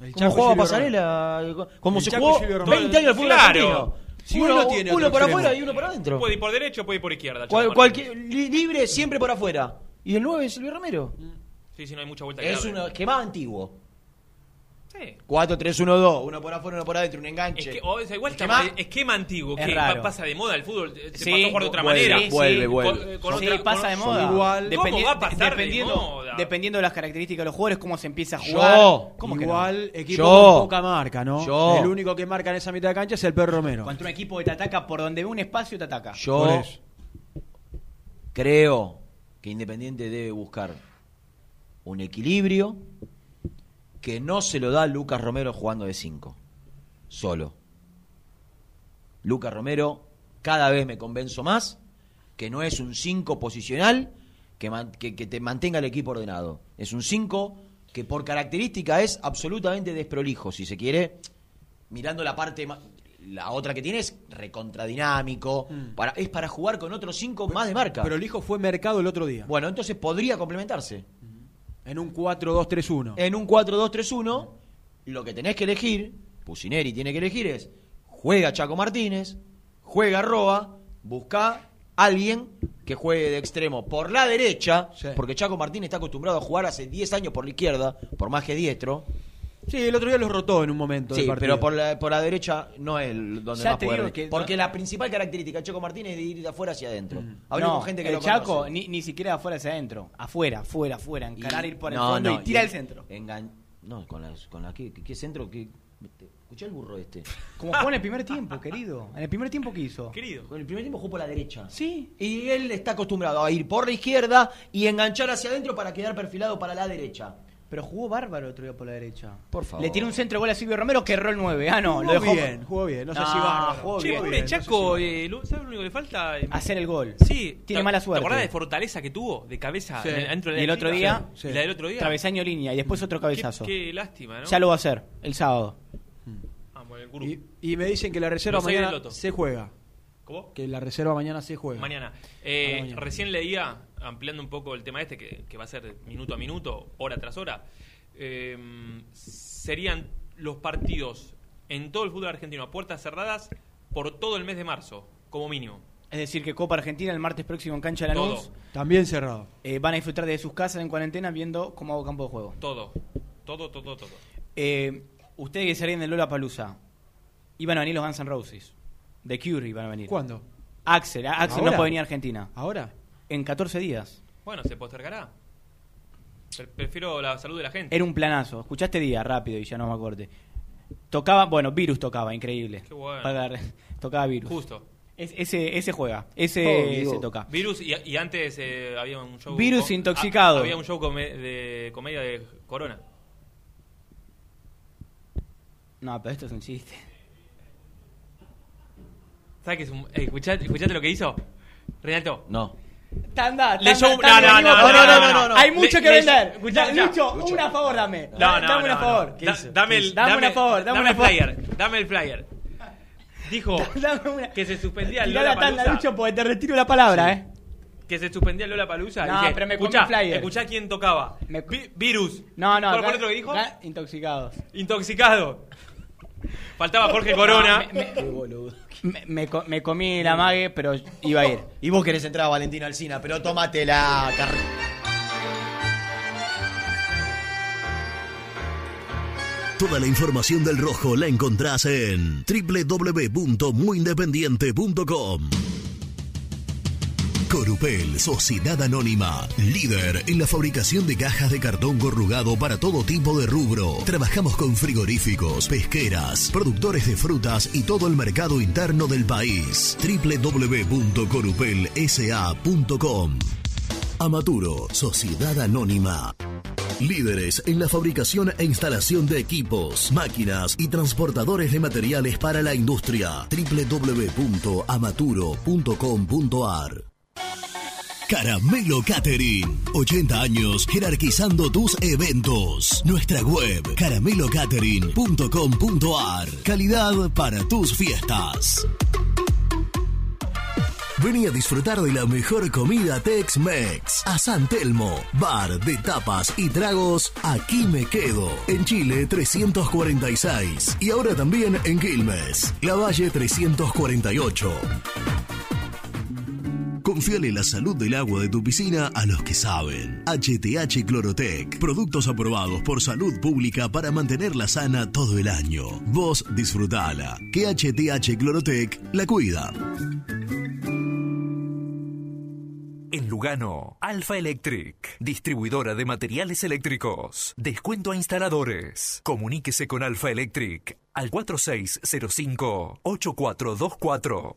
El Como Chaco jugaba Silvio pasarela, como El se Chaco jugó Silvio 20 Romero. años el fútbol Claro. argentino. Si uno uno tiene uno otro para extremo. afuera y uno para adentro. Puede ir por derecho, puede ir por izquierda. Chaco Cual- Martínez. cualquier- li- libre siempre por afuera. Y el 9 es Silvio Romero. Sí, sí, no hay mucha vuelta que Es darle. un esquema antiguo. Sí. 4-3-1-2, uno por afuera, uno por adentro, un Es enganche. que, o sea, igual Esquema- esquema, esquema antiguo, Es que raro. pa- pasa de moda el fútbol, eh, se Sí, pasó a jugar de otra vuelve, manera. vuelve, Sí, vuelve. con- eh, con sí, otra- pasa con- de moda. igual. Dependi- ¿Cómo va a pasar de dependiendo, moda? dependiendo de las características de los jugadores, cómo se empieza a jugar. Yo. ¿Cómo que no? Igual equipo Yo. con poca marca, ¿no? Yo. El único que marca en esa mitad de cancha es el perro Romero. Contra un equipo que te ataca por donde ve un espacio, te ataca. Por Yo eso. creo que Independiente debe buscar un equilibrio que no se lo da Lucas Romero jugando de 5, solo. Lucas Romero cada vez me convenzo más que no es un 5 posicional que, man- que- que te mantenga el equipo ordenado. Es un 5 que por característica es absolutamente desprolijo, si se quiere, mirando la parte ma- la otra que tiene es recontradinámico, Mm. para, es para jugar con otros 5 más de marca. Pero el hijo fue mercado el otro día. Mm. Bueno, entonces podría complementarse. En un 4-2-3-1. En un 4-2-3-1, lo que tenés que elegir, Pusineri tiene que elegir es, juega Chaco Martínez, juega Roa, busca alguien que juegue de extremo por la derecha, porque Chaco Martínez está acostumbrado a jugar hace 10 años por la izquierda, por más que diestro. Sí, el otro día los rotó en un momento. Sí, del partido. pero por la, por la derecha no es el- donde Ya más te puede digo rendir. que- Porque la principal característica de Chaco Martínez es de ir de afuera hacia adentro. Hablemos Mm. No, con gente que el lo Chaco conoce. Ni, ni siquiera afuera hacia adentro. Afuera, afuera, afuera. Encarar, ir por el No, fondo no, y tira y- el centro. engan- No, con la, con la- ¿qué, qué- qué centro? ¿Qué, escuché el burro este. *laughs* Como jugó en el primer tiempo, querido. En el primer tiempo que hizo. Querido. Con el primer tiempo jugó por la derecha. Sí. Y él está acostumbrado a ir por la izquierda y enganchar hacia adentro para quedar perfilado para la derecha. Pero jugó bárbaro el otro día por la derecha. Por favor. Le tiró un centro de gol a Silvio Romero que erró el 9. Ah, no, Jugó lo dejó. bien, jugó bien. No sé si bárbaro. jugó Che, bien. pobre Chaco, eh, lo- ¿sabes lo único que le falta? Eh, Hacer el gol. Sí. Tiene ¿Te- mala suerte. ¿Te acordás de fortaleza que tuvo? De cabeza. Sí. en- dentro de Y el la otro línea? día, Sí. La del otro día. travesaño línea y después otro cabezazo. Qué lástima, ¿no? Ya lo va a hacer el sábado. Ah, bueno, el gurú. Y, y me dicen que la reserva Los seis del mañana Loto. se juega. ¿Cómo? Que la reserva mañana se juega. Mañana. Ah, Eh, A la mañana. Recién leía, ampliando un poco el tema este, que, que va a ser minuto a minuto, hora tras hora, eh, serían los partidos en todo el fútbol argentino a puertas cerradas por todo el mes de marzo, como mínimo. Es decir, que Copa Argentina el martes próximo en Cancha Lanús. Todo. También cerrado. Eh, van a disfrutar de sus casas en cuarentena viendo cómo hago campo de juego. Todo. Todo, todo, todo. Eh, ustedes que salían de Lola Palusa, iban a venir los Guns N' Roses. The Cure iban a venir. ¿Cuándo? Axel, a- Axel ¿Ahora? no puede venir a Argentina. ¿Ahora? En 14 días. Bueno, se postergará. Pre- Prefiero la salud de la gente. Era un planazo. Escuchaste día, rápido, y ya no me acorde. Tocaba, bueno, Virus tocaba, increíble. Qué bueno. Valga la re- *laughs* tocaba Virus. Justo. Es- ese, ese juega, ese, Obvio. ese toca. Virus y, y antes eh, había un show. Virus con- intoxicado. ha- había un show come- de comedia de Corona. No, pero esto es un chiste. ¿Sabes qué es un.? eh, escuchate, escuchate lo que hizo? Renato. No. Tanda, Le tanda, yo- no, tanda, no, no, amigo. no, no, no, no. Hay mucho Le- que le- vender. escuchá, Da- ya. Lucho, una favor dame. No, Da- no, dame una no, favor. no. Da- dame el, Dame una dame- favor, dame una el favor. flyer. Dame el flyer. Dijo *laughs* Dame una- que se suspendía Tirá Lola la tanda, Palusa. Lucho, porque te retiro la palabra, eh. Que se suspendía Lola Palusa. No, pero me comí escuchá, un flyer". Escuchá quién tocaba. Vi- virus. No, no. ¿Cuál fue acá- el otro que dijo? acá Intoxicados. Intoxicado. Faltaba Jorge Corona. No, me- Me, me co- me comí la mague, pero iba a ir. Y vos querés entrar a Valentina Alcina, pero tómatela, car... Toda la información del rojo la encontrás en www.muyindependiente.com. Corupel, Sociedad Anónima, líder en la fabricación de cajas de cartón corrugado para todo tipo de rubro. Trabajamos con frigoríficos, pesqueras, productores de frutas y todo el mercado interno del país. www.corupelsa.com Amaturo, Sociedad Anónima. Líderes en la fabricación e instalación de equipos, máquinas y transportadores de materiales para la industria. www.amaturo.com.ar Caramelo Catering. 80 años jerarquizando tus eventos. Nuestra web, caramelocatering.com.ar. Calidad para tus fiestas. Vení a disfrutar de la mejor comida Tex-Mex. A San Telmo, bar de tapas y tragos, aquí me quedo. En Chile 346. Y ahora también en Quilmes, La Valle 348. Confiale la salud del agua de tu piscina a los que saben. HTH Clorotec. Productos aprobados por salud pública para mantenerla sana todo el año. Vos disfrutala. Que HTH Clorotec la cuida. En Lugano, Alfa Electric, distribuidora de materiales eléctricos. Descuento a instaladores. Comuníquese con Alfa Electric al 4605-8424.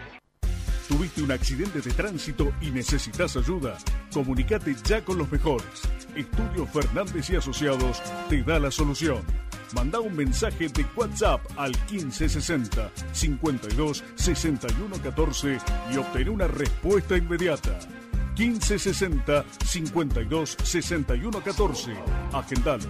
Tuviste un accidente de tránsito y necesitas ayuda. Comunicate ya con los mejores. Estudio Fernández y Asociados te da la solución. Manda un mensaje de WhatsApp al 1560 52 61 14 y obtén una respuesta inmediata. 1560 52 61 14. Agendalo.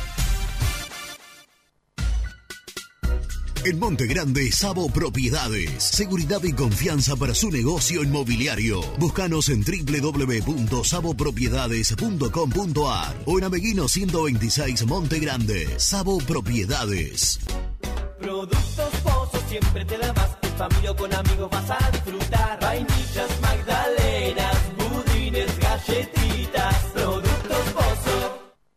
En Monte Grande, Sabo Propiedades. Seguridad y confianza para su negocio inmobiliario. Búscanos en www.sabopropiedades.com.ar o en Ameguino 126 Monte Grande. Sabo Propiedades. Productos Pozo siempre te da más. En familia o con amigos vas a disfrutar. Vainillas, magdalenas, budines, galletitas. Productos Pozo.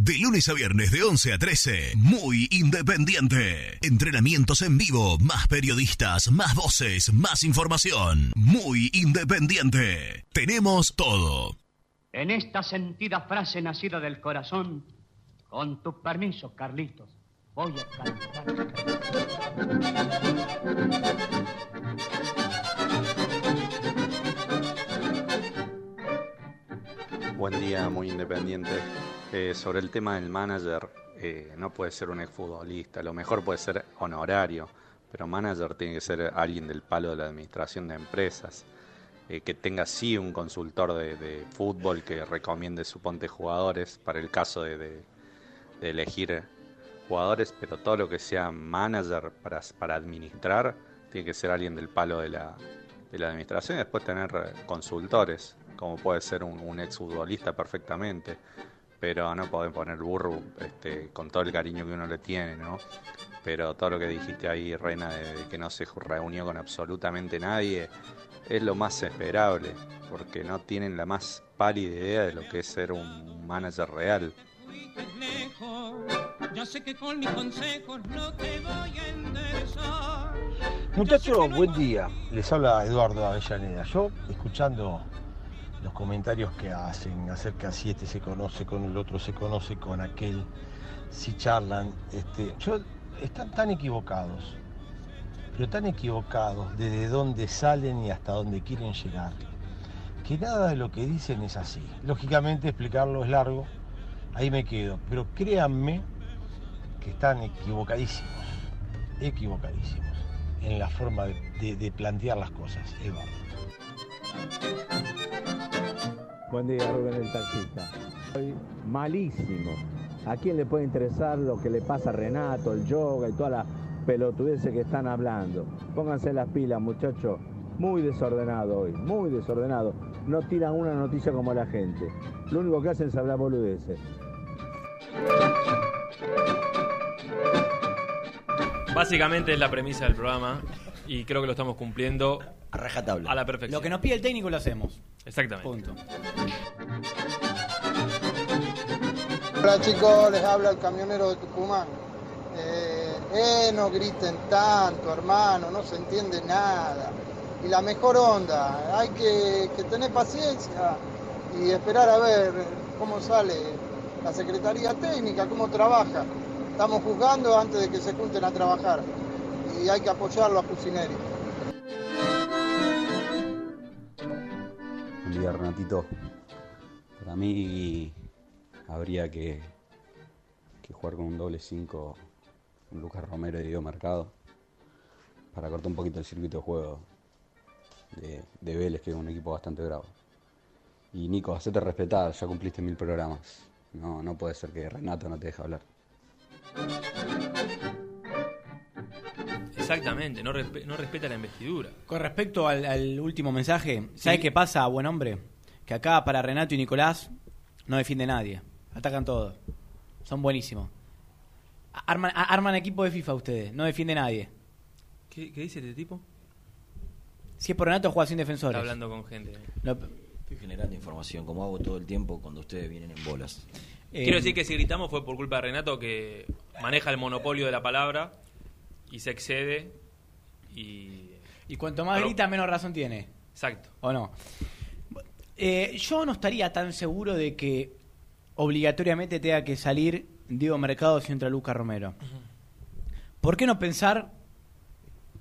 De lunes a viernes de 11 a 13, muy independiente. Entrenamientos en vivo, más periodistas, más voces, más información. Muy independiente. Tenemos todo. En esta sentida frase nacida del corazón, con tu permiso, Carlitos, voy a cantar. Buen día, muy independiente. Eh, sobre el tema del manager, eh, no puede ser un exfutbolista, lo mejor puede ser honorario, pero manager tiene que ser alguien del palo de la administración de empresas, eh, que tenga sí un consultor de, de fútbol que recomiende suponte jugadores para el caso de, de- de elegir jugadores, pero todo lo que sea manager para, para administrar tiene que ser alguien del palo de la, de la administración y después tener eh, consultores, como puede ser un, un exfutbolista perfectamente pero no podés poner burro este, con todo el cariño que uno le tiene, ¿no? Pero todo lo que dijiste ahí, Reina, de, de que no se reunió con absolutamente nadie, es lo más esperable, porque no tienen la más pálida idea de lo que es ser un manager real. Ya sé que con mis consejos no te voy a enderezar. Muchachos, buen día. Les habla Eduardo Avellaneda. Yo, escuchando los comentarios que hacen acerca si este se conoce con el otro, se conoce con aquel, si charlan, este, yo, están tan equivocados, pero tan equivocados desde dónde salen y hasta dónde quieren llegar, que nada de lo que dicen es así. Lógicamente explicarlo es largo, ahí me quedo. Pero créanme que están equivocadísimos, equivocadísimos en la forma de, de- de plantear las cosas, Eduardo. Buen día, Rubén el taxista. Soy malísimo. ¿A quién le puede interesar lo que le pasa a Renato, el yoga y todas las pelotudeces que están hablando? Pónganse las pilas, muchachos. Muy desordenado hoy, muy desordenado. No tiran una noticia como la gente. Lo único que hacen es hablar boludeces. Básicamente es la premisa del programa y creo que lo estamos cumpliendo a rajatabla. A la perfección. Lo que nos pide el técnico lo hacemos. Exactamente. Hola chicos, les habla el camionero de Tucumán. Eh, eh, no griten tanto, hermano, no se entiende nada. Y la mejor onda, hay que, que tener paciencia y esperar a ver cómo sale la Secretaría Técnica, cómo trabaja. Estamos juzgando antes de que se junten a trabajar y hay que apoyarlo a Pucineri. Buen día, Renatito. Para mí habría que, que jugar con un doble 5, con Lucas Romero y Diego Mercado, para cortar un poquito el circuito de juego de, de Vélez, que es un equipo bastante bravo. Y Nico, hacete respetar, ya cumpliste mil programas. No, no puede ser que Renato no te deje hablar. Exactamente, no, respe- no respeta la investidura. Con respecto al, al último mensaje, ¿sabes qué pasa, buen hombre? Que acá para Renato y Nicolás no defiende nadie. Atacan todos. Son buenísimos. A- Arman, a- arman equipo de FIFA ustedes, no defiende nadie. ¿Qué, qué dice este tipo? Si es por Renato, juega sin defensores. Está hablando con gente. Lo- Estoy generando información, como hago todo el tiempo cuando ustedes vienen en bolas. Eh, Em, Quiero decir que si gritamos fue por culpa de Renato que maneja el monopolio de la palabra y se excede y... Y cuanto más grita, menos razón tiene. Exacto. ¿O no? Eh, yo no estaría tan seguro de que obligatoriamente tenga que salir Diego Mercado si entra Luca Romero. ¿Por qué no pensar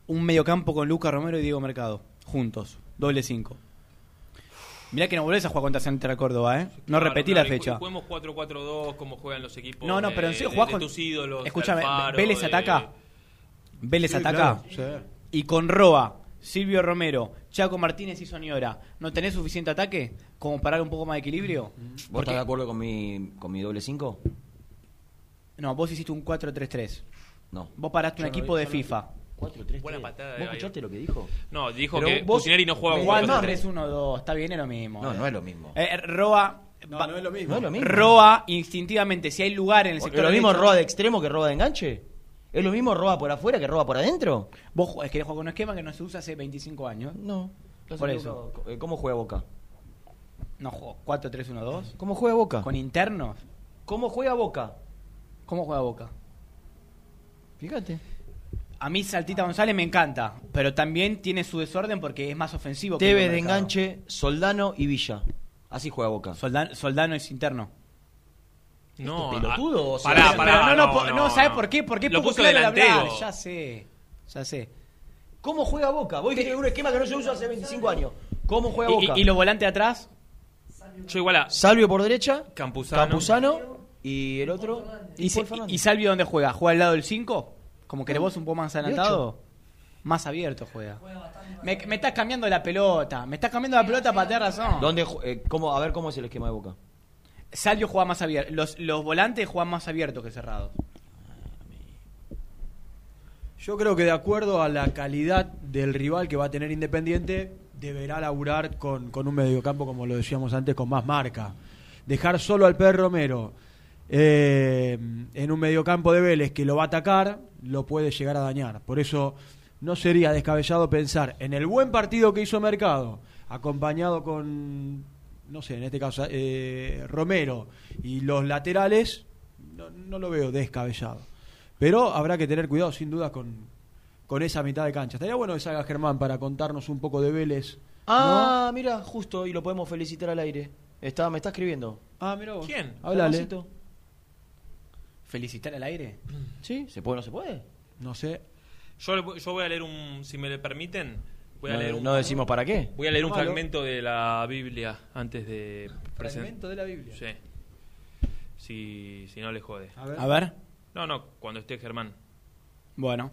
un mediocampo con Luca Romero y Diego Mercado juntos? Doble 5. Mirá que no volvés a jugar contra Central Córdoba, ¿eh? No Claro, repetí claro, la y fecha. ju- Juguemos 4-4-2 como juegan los equipos No, no, pero en de- serio, de- jugás de con- tus ídolos. de Escúchame, Alfaro, Vélez de- ataca. Vélez Sí, ataca. claro, Y con Roa, Silvio Romero, Chaco Martínez y Soniora, ¿no tenés suficiente ataque como para dar un poco más de equilibrio? ¿Vos Porque- estás de acuerdo con mi, con mi doble 5? No, vos hiciste un 4-3-3. No. Vos paraste un Yo no equipo vi- de yo no- FIFA. Buena patada de ¿Vos Bayo. escuchaste lo que dijo? No, dijo Pero que vos- Pucineri no juega me- con Juan- 3-1-2, está bien, es lo mismo. No, no es lo mismo. Eh, Roa. No, va- no es lo mismo. Roa, instintivamente, si hay lugar en el ¿Es sector. lo mismo derecho- roba de extremo que roba de enganche? ¿Es lo mismo roba por afuera que roba por adentro? Vos jugás- querés jugar con un esquema que no se usa hace 25 años. No. Por eso. ¿Cómo juega Boca? No juego 4-3-1-2. ¿Cómo juega Boca? Con internos. ¿Cómo juega Boca? ¿Cómo juega Boca? Fíjate. A mí Saltita González me encanta, pero también tiene su desorden porque es más ofensivo. que Tevez Diego de Mercado. enganche, Soldano y Villa. Así juega Boca. Soldano, Soldano es interno. No, ¿Este pelotudo ah, o pará, sea- pará, Pero no, no, Po- no, ¿sabes por qué? Porque es Lo poco puso claro el delantero. hablar. Ya sé, ya sé. ¿Cómo juega Boca? Vos dijiste que un esquema que no se usa hace 25 años. ¿Cómo juega Y- Boca? y- y los volantes atrás? Yo igual a Salvio por derecha, Campuzano. Campuzano y el otro. ¿Y, se- y- y Salvio dónde juega? ¿Juega al lado del 5? Como que vos un poco más adelantado. Más abierto juega. Me, me estás cambiando la pelota. Me estás cambiando la pelota para tener razón. ¿Dónde, ju- eh, cómo, a ver cómo es el esquema de Boca. Salvio juega más abierto. Los, los volantes juegan más abiertos que cerrados. Yo creo que de acuerdo a la calidad del rival que va a tener Independiente, deberá laburar con, con un mediocampo, como lo decíamos antes, con más marca. Dejar solo al Pedro Romero eh, en un mediocampo de Vélez que lo va a atacar, lo puede llegar a dañar. Por eso no sería descabellado pensar en el buen partido que hizo Mercado, acompañado con, no sé, en este caso eh, Romero y los laterales, no- no lo veo descabellado. Pero habrá que tener cuidado, sin duda, con, con esa mitad de cancha. Estaría bueno que salga Germán para contarnos un poco de Vélez. Ah, mira, justo, y lo podemos felicitar al aire. Está, me está escribiendo. Ah, mira vos. ¿Quién? Háblale. Hermosito. ¿Felicitar *clears throat* al aire? ¿Sí? ¿Se puede o no se puede? No sé. Yo, le voy- yo voy a leer un, si me le permiten, voy a No- leer un, no decimos para qué. Voy a leer un Malo. fragmento de la Biblia antes de Fragmento de la Biblia. Sí. si, si no le jode. A ver. A ver. No, no, cuando esté Germán. Bueno.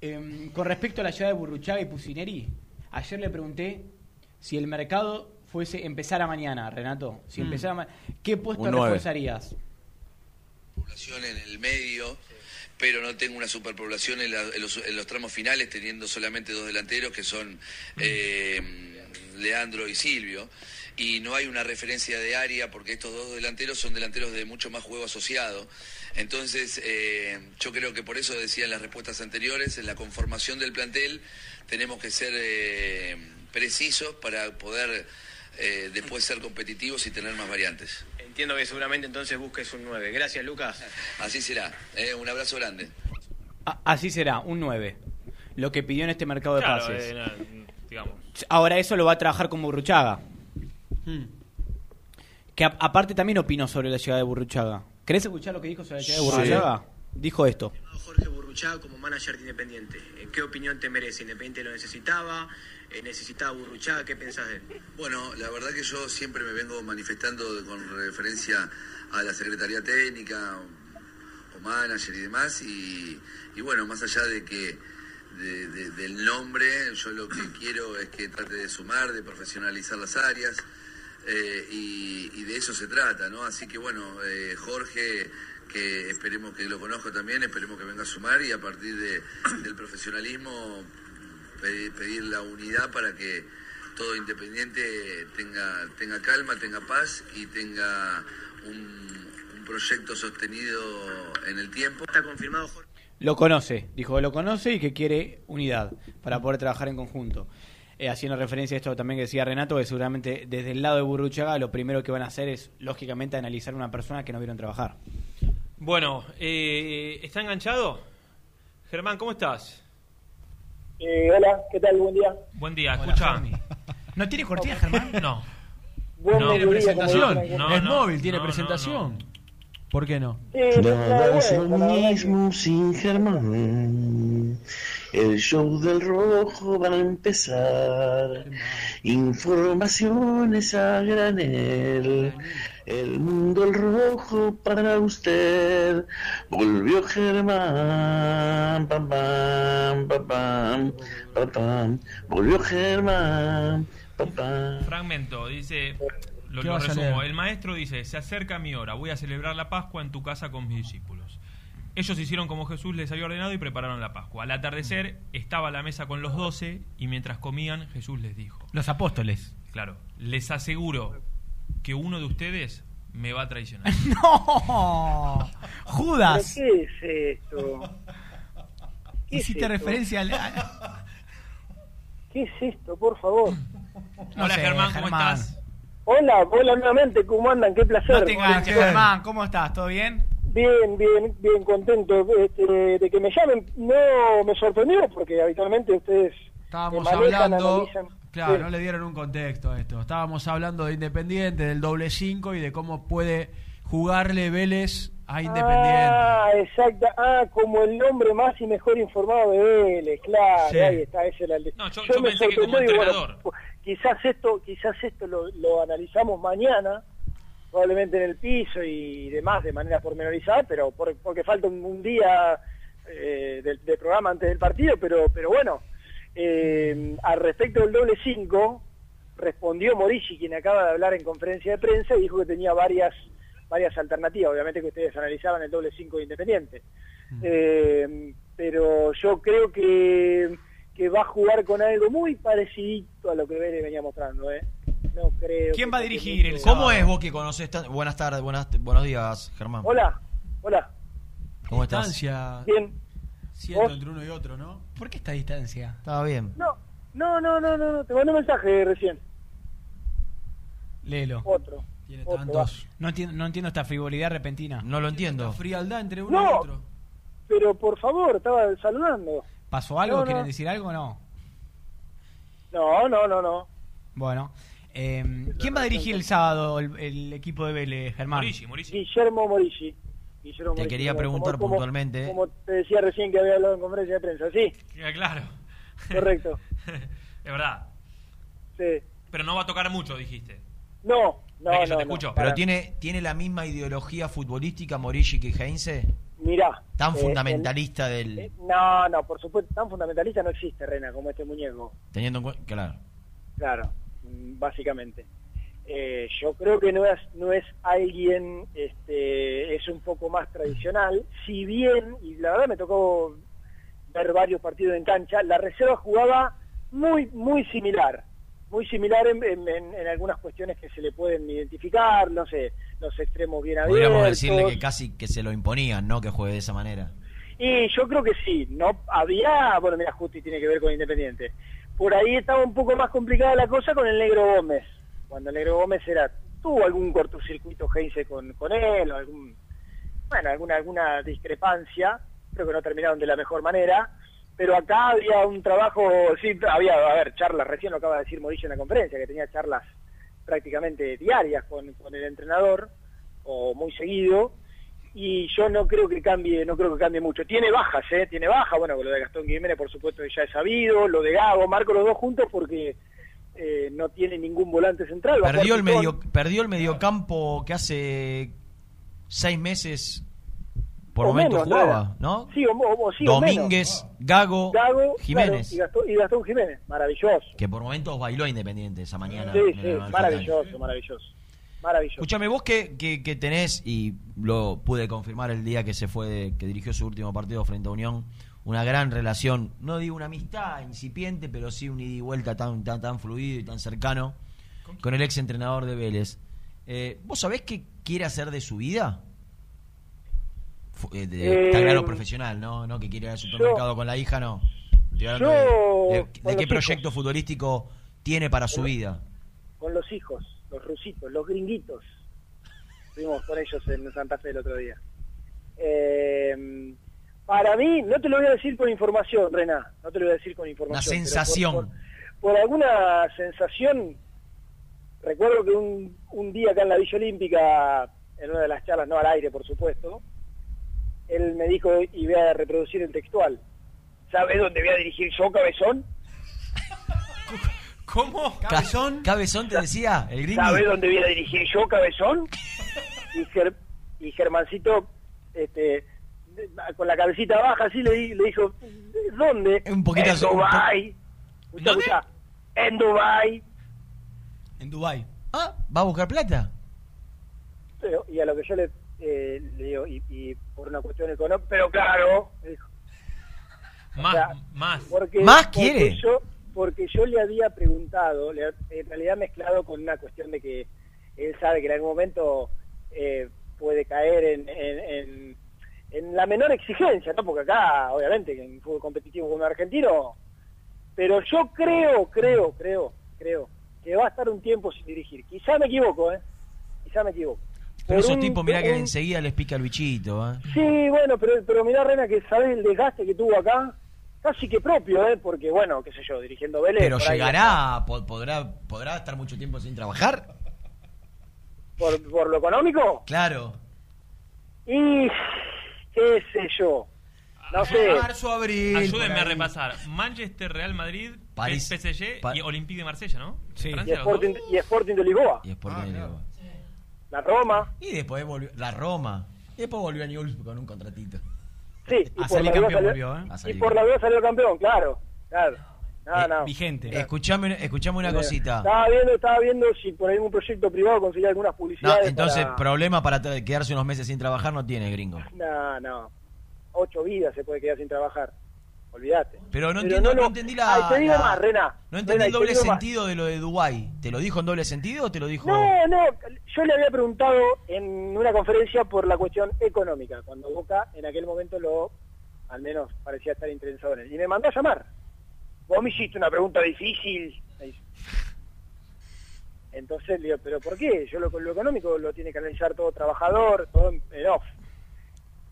Em, con respecto a la llegada de Burruchaga y Pusineri, ayer le pregunté si el mercado fuese empezara mañana, Renato. Si Mm. empezara ma- ¿Qué puesto Un nueve. reforzarías? población en el medio, pero no tengo una superpoblación en, la- en los, en los tramos finales, teniendo solamente dos delanteros que son eh, Leandro y Silvio. Y no hay una referencia de área porque estos dos delanteros son delanteros de mucho más juego asociado. Entonces, eh, yo creo que por eso decía en las respuestas anteriores, en la conformación del plantel tenemos que ser eh, precisos para poder eh, después ser competitivos y tener más variantes. Entiendo que seguramente entonces busques un 9. Gracias, Lucas. Así será. Eh, un abrazo grande. A- así será, un 9. Lo que pidió en este mercado de Claro, pases. eh, no, digamos. Ahora eso lo va a trabajar con Burruchaga. Hmm. Que a- aparte también opinó sobre la llegada de Burruchaga. ¿Querés escuchar lo que dijo sobre la llegada Sí. de Burruchaga? Dijo esto. Jorge Burruchaga como manager de Independiente. Eh, ¿Qué opinión te merece? ¿Independiente lo necesitaba? Eh, ¿Necesitaba Burruchaga? ¿Qué pensás de él? Bueno, la verdad que yo siempre me vengo manifestando de- con referencia a la Secretaría Técnica o, o manager y demás. Y, y bueno, más allá de que de- de- del nombre, yo *clears throat* lo que quiero es que trate de sumar, de profesionalizar las áreas. eh, y, y de eso se trata, ¿no? Así que bueno, eh, Jorge, que esperemos que lo conozco también, esperemos que venga a sumar y a partir de- del profesionalismo pedir, pedir la unidad para que todo independiente tenga, tenga calma, tenga paz y tenga un, un proyecto sostenido en el tiempo. Está confirmado Jorge. Lo conoce, dijo que lo conoce y que quiere unidad para poder trabajar en conjunto. Eh, haciendo referencia a esto también que decía Renato, que seguramente desde el lado de Burruchaga lo primero que van a hacer es, lógicamente, analizar a una persona que no vieron trabajar. Bueno, eh, ¿está enganchado? Germán, ¿cómo estás? Eh, hola, ¿qué tal? Buen día. Buen día, escucha. ¿No tiene cortina, Germán? No. Buen No. mediodía, Tiene presentación. como dicen acá. No, Es no, móvil, tiene presentación. ¿Por qué no? Sí, Nada es lo mismo sin Germán. El show del rojo va a empezar. Informaciones a granel. El mundo al rojo para usted. Volvió Germán. Pam, pam, pam, pam, pam, pam. Volvió Germán. Pam, pam. Fragmento, dice, lo, ¿Qué lo vas a resumo, leer? el maestro dice, se acerca mi hora, voy a celebrar la Pascua en tu casa con mis discípulos. Ellos hicieron como Jesús les había ordenado y prepararon la Pascua. Al atardecer estaba a la mesa con los doce y mientras comían Jesús les dijo, *laughs* Los apóstoles. claro, les aseguro que uno de ustedes me va a traicionar. ¡No! ¡Judas! ¿Pero ¿Qué es esto? Eh, ¿Qué es Hiciste esto? referencia al. *laughs* ¿Qué es esto, por favor? Hola Germán, ¿cómo estás? Hola, hola nuevamente, ¿cómo andan? Qué placer. No te enganches, Germán, ¿cómo estás? ¿Todo bien? Bien, bien, bien contento este, de que me llamen. No me sorprendió porque habitualmente ustedes Estábamos me manejan, hablando. analizan. Claro, Sí. no le dieron un contexto a esto. Estábamos hablando de Independiente, del doble 5 y de cómo puede jugarle Vélez a Ah, Independiente. Ah, exacto. Ah, como el hombre más y mejor informado de Vélez, claro. Sí. Ahí está, ese era el. yo, yo me pensé que como sorprendió, digo, bueno, entrenador. quizás esto, quizás esto lo, lo analizamos mañana, probablemente en el piso y demás de manera pormenorizada, pero por- porque falta un, un día eh, del, del programa antes del partido, pero pero bueno, eh, al respecto del doble 5, respondió Morici, quien acaba de hablar en conferencia de prensa, y dijo que tenía varias varias alternativas, obviamente que ustedes analizaban el doble 5 de Independiente. Eh, pero yo creo que, que va a jugar con algo muy parecido a lo que Vélez venía mostrando. ¿eh? No creo. que- ¿Cómo es vos que conocés? tan- Buenas tardes, buenas, buenos días, Germán. Hola, hola. ¿Cómo estás? Distancia Bien. siendo ¿Vos? entre uno y otro, ¿no? ¿Por qué esta distancia? Estaba bien. No, no, no, no, no, no, te mandé un mensaje recién. Léelo. Oh, Otro. Otro, No entiendo, no entiendo esta frivolidad repentina. No lo entiendo. Frialdad entre uno No. y otro. Pero por favor, estaba saludando. ¿Pasó algo? No, no. ¿Quieren decir algo o no? No, no, no, no. Bueno. eh, ¿Quién va a dirigir el sábado el, el equipo de Vélez, Germán? Guillermo Morici. Guillermo Te Morici, quería como- preguntar como- puntualmente. ¿eh? Como te decía recién que había hablado en conferencia de prensa, sí, Ah, Claro, correcto. *laughs* es verdad. Sí. Pero no va a tocar mucho, dijiste. No, No, Ve que yo no, te no, escucho. para- Pero tiene, tiene la misma ideología futbolística Morilli que Heinze. Mirá. Tan eh, fundamentalista del. el- eh, no, no, por supuesto, tan fundamentalista no existe, Rena, como este muñeco. Teniendo en cuenta. Claro. Claro, mm, básicamente. Eh, yo creo que no es, no es alguien, este, es un poco más tradicional, si bien, y la verdad me tocó ver varios partidos en cancha, la reserva jugaba muy, muy similar, muy similar en, en- en- en algunas cuestiones que se le pueden identificar, no sé, los extremos bien abiertos. Podríamos decirle que casi que se lo imponían, ¿no? Que juegue de esa manera. Y yo creo que sí, no había, bueno, mira, Justi tiene que ver con Independiente. Por ahí estaba un poco más complicada la cosa con el Negro Gómez. Cuando el Negro Gómez era tuvo algún cortocircuito Heinze con, con él o algún bueno, alguna alguna discrepancia, creo que no terminaron de la mejor manera, pero acá había un trabajo, sí, había, a ver, charlas, recién lo acaba de decir Morillo en la conferencia, que tenía charlas prácticamente diarias con, con el entrenador o muy seguido y yo no creo que cambie, no creo que cambie mucho. Tiene bajas, ¿eh? Tiene bajas, bueno, lo de Gastón Jiménez por supuesto que ya es sabido, lo de Gago, Marco los dos juntos porque eh, no tiene ningún volante central. va a Perdió jugar el, Picón. medio, perdió el mediocampo que hace seis meses por O menos, momentos jugaba, nada. ¿no? Sí, o, o- o sí, o menos. Domínguez, Gago, Gago, Jiménez. claro, y, Gastón, y Gastón Jiménez, maravilloso. Que por momentos bailó Independiente esa mañana. Sí, en el sí, Alfajor. maravilloso, maravilloso. Maravilloso. Escúchame, vos que, que, que tenés, y lo pude confirmar el día que se fue, de- que dirigió su último partido frente a Unión, una gran relación, no digo una amistad incipiente, pero sí un ida y vuelta tan, tan, tan fluido y tan cercano con, el ex entrenador de Vélez. Eh, ¿Vos sabés qué quiere hacer de su vida? Fu- eh, de- está Eh, claro profesional, ¿no? ¿no? Que quiere ir al supermercado con la hija, no. Estoy hablando yo- de- de, con de los qué hijos. proyecto futbolístico tiene para su Con- vida. Con los hijos, los rusitos, los gringuitos. Estuvimos con ellos en Santa Fe el otro día. Eh, para mí, no te lo voy a decir con información, Rená, no te lo voy a decir con Una información. pero por- sensación. por- por alguna sensación, recuerdo que un, un día acá en la Villa Olímpica, en una de las charlas, no al aire por supuesto, él me dijo, y voy a reproducir el textual, ¿sabes dónde voy a dirigir yo, cabezón? ¿Cómo? ¿Cabezón? ¿Cabezón te decía? ¿El gringo? ¿Sabes dónde voy a dirigir yo, cabezón? Y, Ger- y Germancito, este, de- con la cabecita baja así, le, di- le dijo, ¿dónde? Un poquito en así, un po- Dubái. Escuchá, ¿Dónde? escuchá. En Dubái. En Dubai. Ah, ¿va a buscar plata? Pero- y a lo que yo le, eh, le digo, y, y por una cuestión económica, pero claro, me dijo. Más, O sea, más. Porque, ¿Más porque quiere? yo, porque yo le había preguntado, le- en realidad mezclado con una cuestión de que él sabe que en algún momento eh, puede caer en, en- en- en la menor exigencia, ¿no? Porque acá, obviamente, en fútbol competitivo como el argentino, pero yo creo, creo, creo, creo que va a estar un tiempo sin dirigir. Quizá me equivoco, ¿eh? Quizá me equivoco. Pero Por esos un- tipos, mirá que un- enseguida les pica el bichito, ¿eh? Sí, bueno, pero, pero mirá, Rena, que sabes el desgaste que tuvo acá, casi que propio, ¿eh? Porque, bueno, qué sé yo, dirigiendo Vélez. Pero por ahí- llegará, po- podrá, podrá estar mucho tiempo sin trabajar. por, por lo económico, Claro. y qué sé yo. No sé. abril. Ayúdenme por a ahí. repasar. Manchester, Real Madrid, París. PSG Pa- y Olympique de Marsella, ¿no? Sí. Y Francia, los dos. Sporting, y Sporting de Lisboa, Y después de Lisboa. la Roma, Y después volvió. La Roma. Y después volvió a Newell's con un contratito. sí. Y A por salir la duda campeón salió- volvió, ¿eh? A Y salir por la duda salió campeón, claro, claro. No, no. Escuchame, escuchame una cosita. Estaba viendo, estaba viendo si por algún proyecto privado conseguía algunas No, publicidades. entonces, para- problema para tra- quedarse unos meses sin trabajar no tiene, gringo. No, no. Ocho vidas se puede quedar sin trabajar. Olvídate. Pero no entiendo- no lo- entendí la- Ay, te digo la- más, Rena. No entendí Rena, el te doble digo más. sentido de lo de Dubái. ¿Te lo dijo en doble sentido o te lo dijo.? No, no. Yo le había preguntado en una conferencia por la cuestión económica, cuando Boca en aquel momento lo, al menos parecía estar interesado en él. Y me mandó a llamar. Vos me hiciste una pregunta difícil. Me dice. Entonces le digo, ¿pero por qué? Yo lo, lo económico lo tiene que analizar todo trabajador, todo en, en off.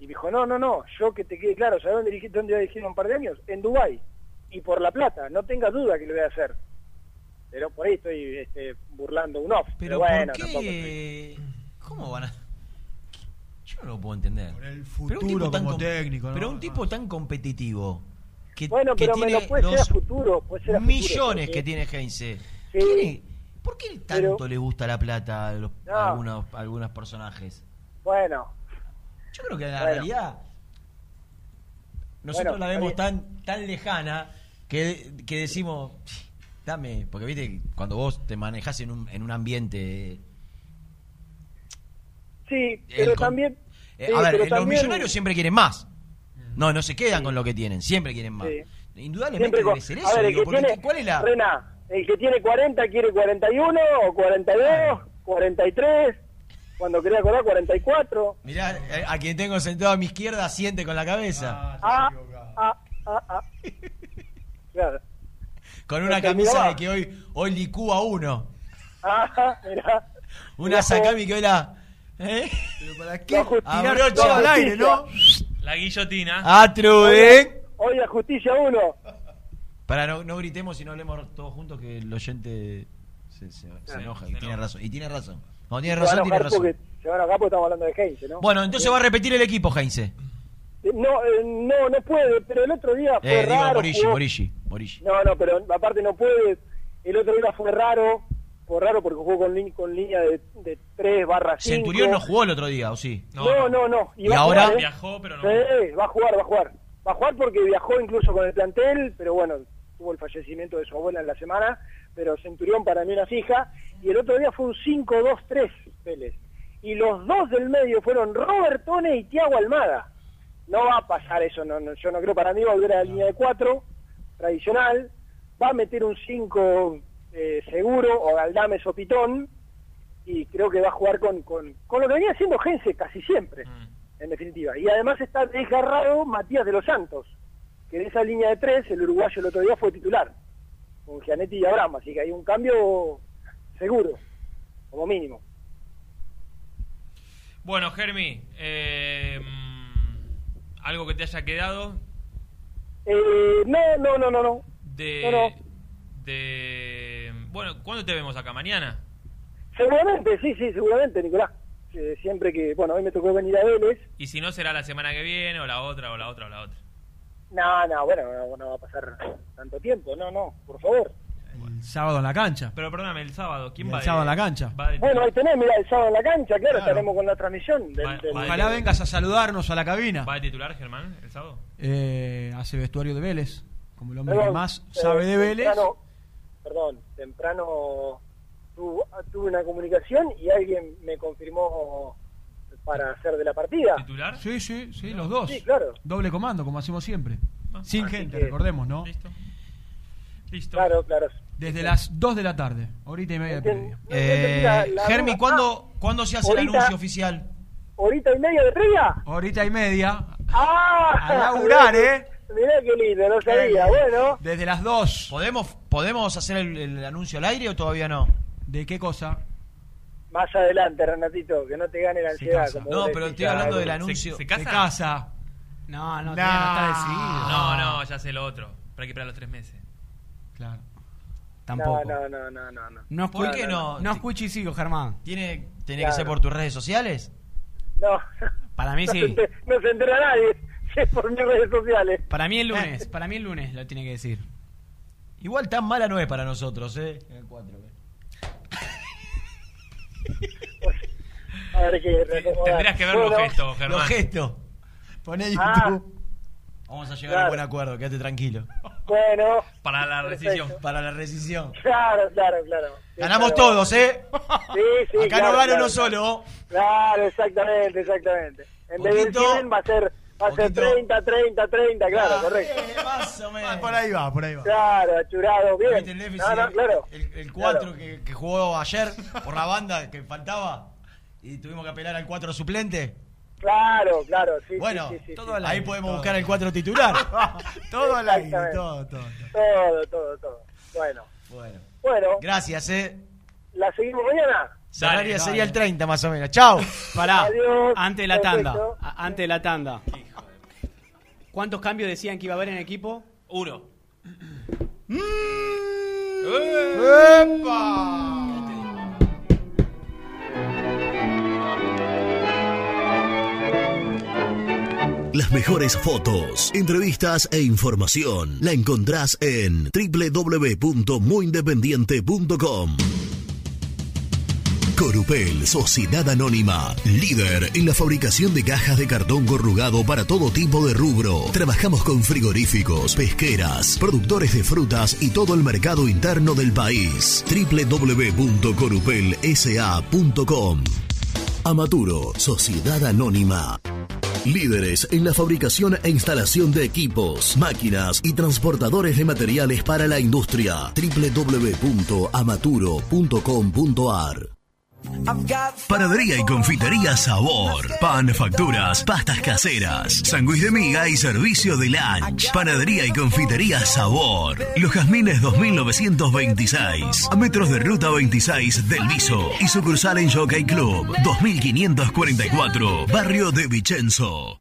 Y me dijo, no, no, no, yo que te quede claro, ¿sabes dónde, dirigí- dónde voy a dirigir en un par de años? En Dubái. Y por La Plata, no tengas duda que lo voy a hacer. Pero por ahí estoy este, burlando un off. Pero Pero, bueno, ¿por tampoco qué? Mm. ¿Cómo van a.? Yo no lo puedo entender. futuro como com- técnico, ¿no? Pero un tipo tan competitivo. Que, Bueno, que pero me tiene lo puede ser los a futuro, puede ser a futuro, millones porque- que tiene Heinze. Sí. ¿Quiere- ¿Por qué tanto les gusta la plata a, los- a algunos, a algunos personajes? Bueno, Yo creo que en la Bueno. realidad nosotros Bueno, la vemos está tan, tan lejana que, que decimos, dame, porque viste, que cuando vos te manejás en un, en un ambiente... sí, el pero con- también... eh, sí, a ver, pero eh, los también- millonarios siempre quieren más. No, no se quedan con lo que tienen, siempre quieren más. Indudablemente Siempre con- debe ser a eso. ver, el digo, que porque tiene, ¿Cuál es la...? Rena, el que tiene 40 quiere 41 o 42, 43, cuando quería acordar 44. Mirá, eh, a quien tengo sentado a mi izquierda siente con la cabeza. Ah, ah, ah, *laughs* ah. Claro. con una porque camisa mirá. de que hoy, hoy licúa uno. Ah, mirá. Una sacami que hoy la... ¿Eh? ¿Para qué? Tirar ocho al aire, ¿no? La guillotina. Atrude. Hoy la justicia uno. Para no, no gritemos y no hablemos todos juntos que el oyente se, se- se enoja. Y tiene razón. Y tiene razón. Cuando tiene Se van razón, a tiene enojar razón. porque- se van a enojar porque estamos hablando de Heinze, ¿no? Bueno, entonces va a repetir el equipo, Heinze. No, eh, no, no puede, pero el otro día fue Eh, digo, raro. Morigi, jugó- Morigi, Morigi. No, no, pero aparte no puede. El otro día fue raro, fue raro porque jugó con, lin- con línea de, de 3 barra 5. Centurión no jugó el otro día, ¿o sí? No, no, no. ¿Y va a ahora? jugar, ¿eh? Viajó, pero no. Sí, va a jugar, va a jugar. Va a jugar porque viajó incluso con el plantel, pero bueno, tuvo el fallecimiento de su abuela en la semana, pero Centurión para mí una fija. Y el otro día fue un 5-2-3 Vélez. Y los dos del medio fueron Robertone y Tiago Almada. No va a pasar eso, no, no, yo no creo. Para mí va a volver a la línea de 4, tradicional. Va a meter un 5 eh, seguro, o Galdames o Pitón. Y creo que va a jugar con, con, con lo que venía haciendo Gense casi siempre en definitiva. Y además está desgarrado Matías de los Santos, que en esa línea de tres, el uruguayo el otro día fue titular, con Gianetti y Abraham, así que hay un cambio seguro, como mínimo. Bueno, Germi, eh, mm, algo que te haya quedado Eh, no, no, no, no, no. de, No, no. de... Bueno, ¿cuándo te vemos acá? ¿Mañana? Seguramente, sí, sí, seguramente, Nicolás. Eh, siempre que, bueno, hoy me tocó venir a Vélez. Y si no, será la semana que viene, o la otra, o la otra, o la otra. No, no, bueno, no, no va a pasar tanto tiempo, no, no, por favor. El sábado en la cancha. Pero perdóname, el sábado, ¿quién El va? de- sábado en la cancha. va de- Bueno, ahí tenés, mirá, el sábado en la cancha, claro, Claro. estaremos con la transmisión. del- del- Ojalá vengas a saludarnos a la cabina. ¿Va de titular, Germán, el sábado? Eh, hace vestuario de Vélez, como el hombre que Perdón, más eh, sabe de Vélez. temprano- perdón, temprano tu- tuve una comunicación y alguien me confirmó para hacer de la partida. ¿Titular? Sí, sí, sí, los dos. Sí, claro. Doble comando, como hacemos siempre. Así Sin gente, que- recordemos, ¿no? Ah, Listo. Claro, claro. Desde las 2 de la tarde, ahorita y media de previa. Eh, la- la- Germi, ¿cuándo, ¿cuándo se hace el ahorita- anuncio oficial? ¿Horita y media de previa? Horita y media. ¡Ah! A laburar, ¿eh? *laughs* Mirá qué lindo, no sabía. Bueno, Desde las 2. ¿Podemos, ¿Podemos hacer el, el anuncio al aire o todavía no? ¿De qué cosa? más adelante, Renatito, que no te gane la ansiedad. como No, vos pero decís, estoy ya, hablando del eh, anuncio. se casa? De casa. No, no, Nah. todavía no está decidido. No, no, ya sé el otro. Para que para los tres meses. Claro. Tampoco. No, no, no, no, no. No ¿Por escu- qué no? No escuche y sigo, Germán. ¿Tiene, tiene Claro. que ser por tus redes sociales? No. *laughs* Para mí No se sí. enter- No se entera nadie. *laughs* Es por mis redes sociales. Para mí el lunes, para mí el lunes lo tiene que decir. Igual tan mala no es para nosotros, ¿eh? *laughs* A ver qué reacomodar. Tendrías que ver los Bueno, gestos, Germán. Los gestos. Poné YouTube. Ah. Vamos a llegar a Claro. un buen acuerdo, quédate tranquilo. Bueno, Para la rescisión. Para la rescisión. claro, claro, claro. Sí, Ganamos claro. todos, ¿eh? Sí, sí, Acá claro, no gana claro, uno solo. Claro, exactamente, exactamente. En vez de Poquito. 100 va a ser, va a ser 30, 30, 30, claro, Ah, correcto. eh, Más o menos. Por ahí va, por ahí va. Claro, achurado, bien. ¿Viste el déficit? No, no, claro. El, 4 que, que jugó ayer por la banda que faltaba y tuvimos que apelar al 4 suplente. Claro, claro, sí. Bueno, sí, sí, sí, todo al ahí aire, podemos todo. buscar al 4 titular. *laughs* Todo al aire, Exactamente. todo, todo. Todo, todo, todo. Bueno, Bueno, bueno, gracias, eh. la seguimos mañana. Salaria dale. sería el 30 más o menos. Chao. Pará, Adiós, antes de la perfecto. tanda. a- Antes de la tanda. ¿Cuántos cambios decían que iba a haber en el equipo? Uno. Eh. Las mejores fotos, entrevistas e información la encontrás en www.muyindependiente.com. Corupel, Sociedad Anónima, líder en la fabricación de cajas de cartón corrugado para todo tipo de rubro. Trabajamos con frigoríficos, pesqueras, productores de frutas y todo el mercado interno del país. www.corupelsa.com Amaturo, Sociedad Anónima. Líderes en la fabricación e instalación de equipos, máquinas y transportadores de materiales para la industria. www.amaturo.com.ar Panadería y confitería Sabor. Pan, facturas, pastas caseras, sándwich de miga y servicio de lunch. Panadería y confitería Sabor. Los Jazmines 2926. A metros de ruta 26 del Viso. Y sucursal en Jockey Club 2544. Barrio de Vicenzo.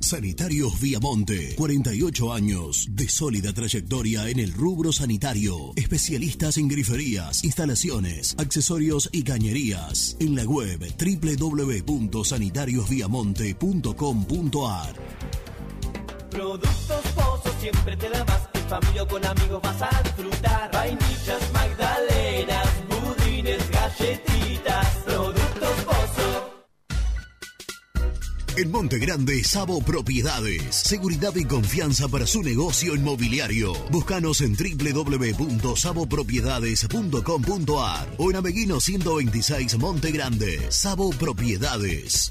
Sanitarios Viamonte, 48 años de sólida trayectoria en el rubro sanitario. Especialistas en griferías, instalaciones, accesorios y cañerías. En la web www.sanitariosviamonte.com.ar. Productos pozos siempre te da más. En familia o con amigos vas a disfrutar. Vainillas, magdalenas, budines, galletitas. Productos pozos. En Monte Grande, Sabo Propiedades. Seguridad y confianza para su negocio inmobiliario. Búscanos en www.sabopropiedades.com.ar o en Ameguino 126 Monte Grande. Sabo Propiedades.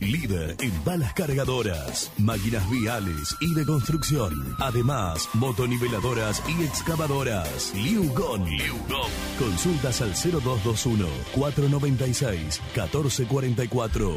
Líder en balas cargadoras, máquinas viales y de construcción. Además, motoniveladoras y excavadoras. Liugon. Consultas al 0221 496 1444.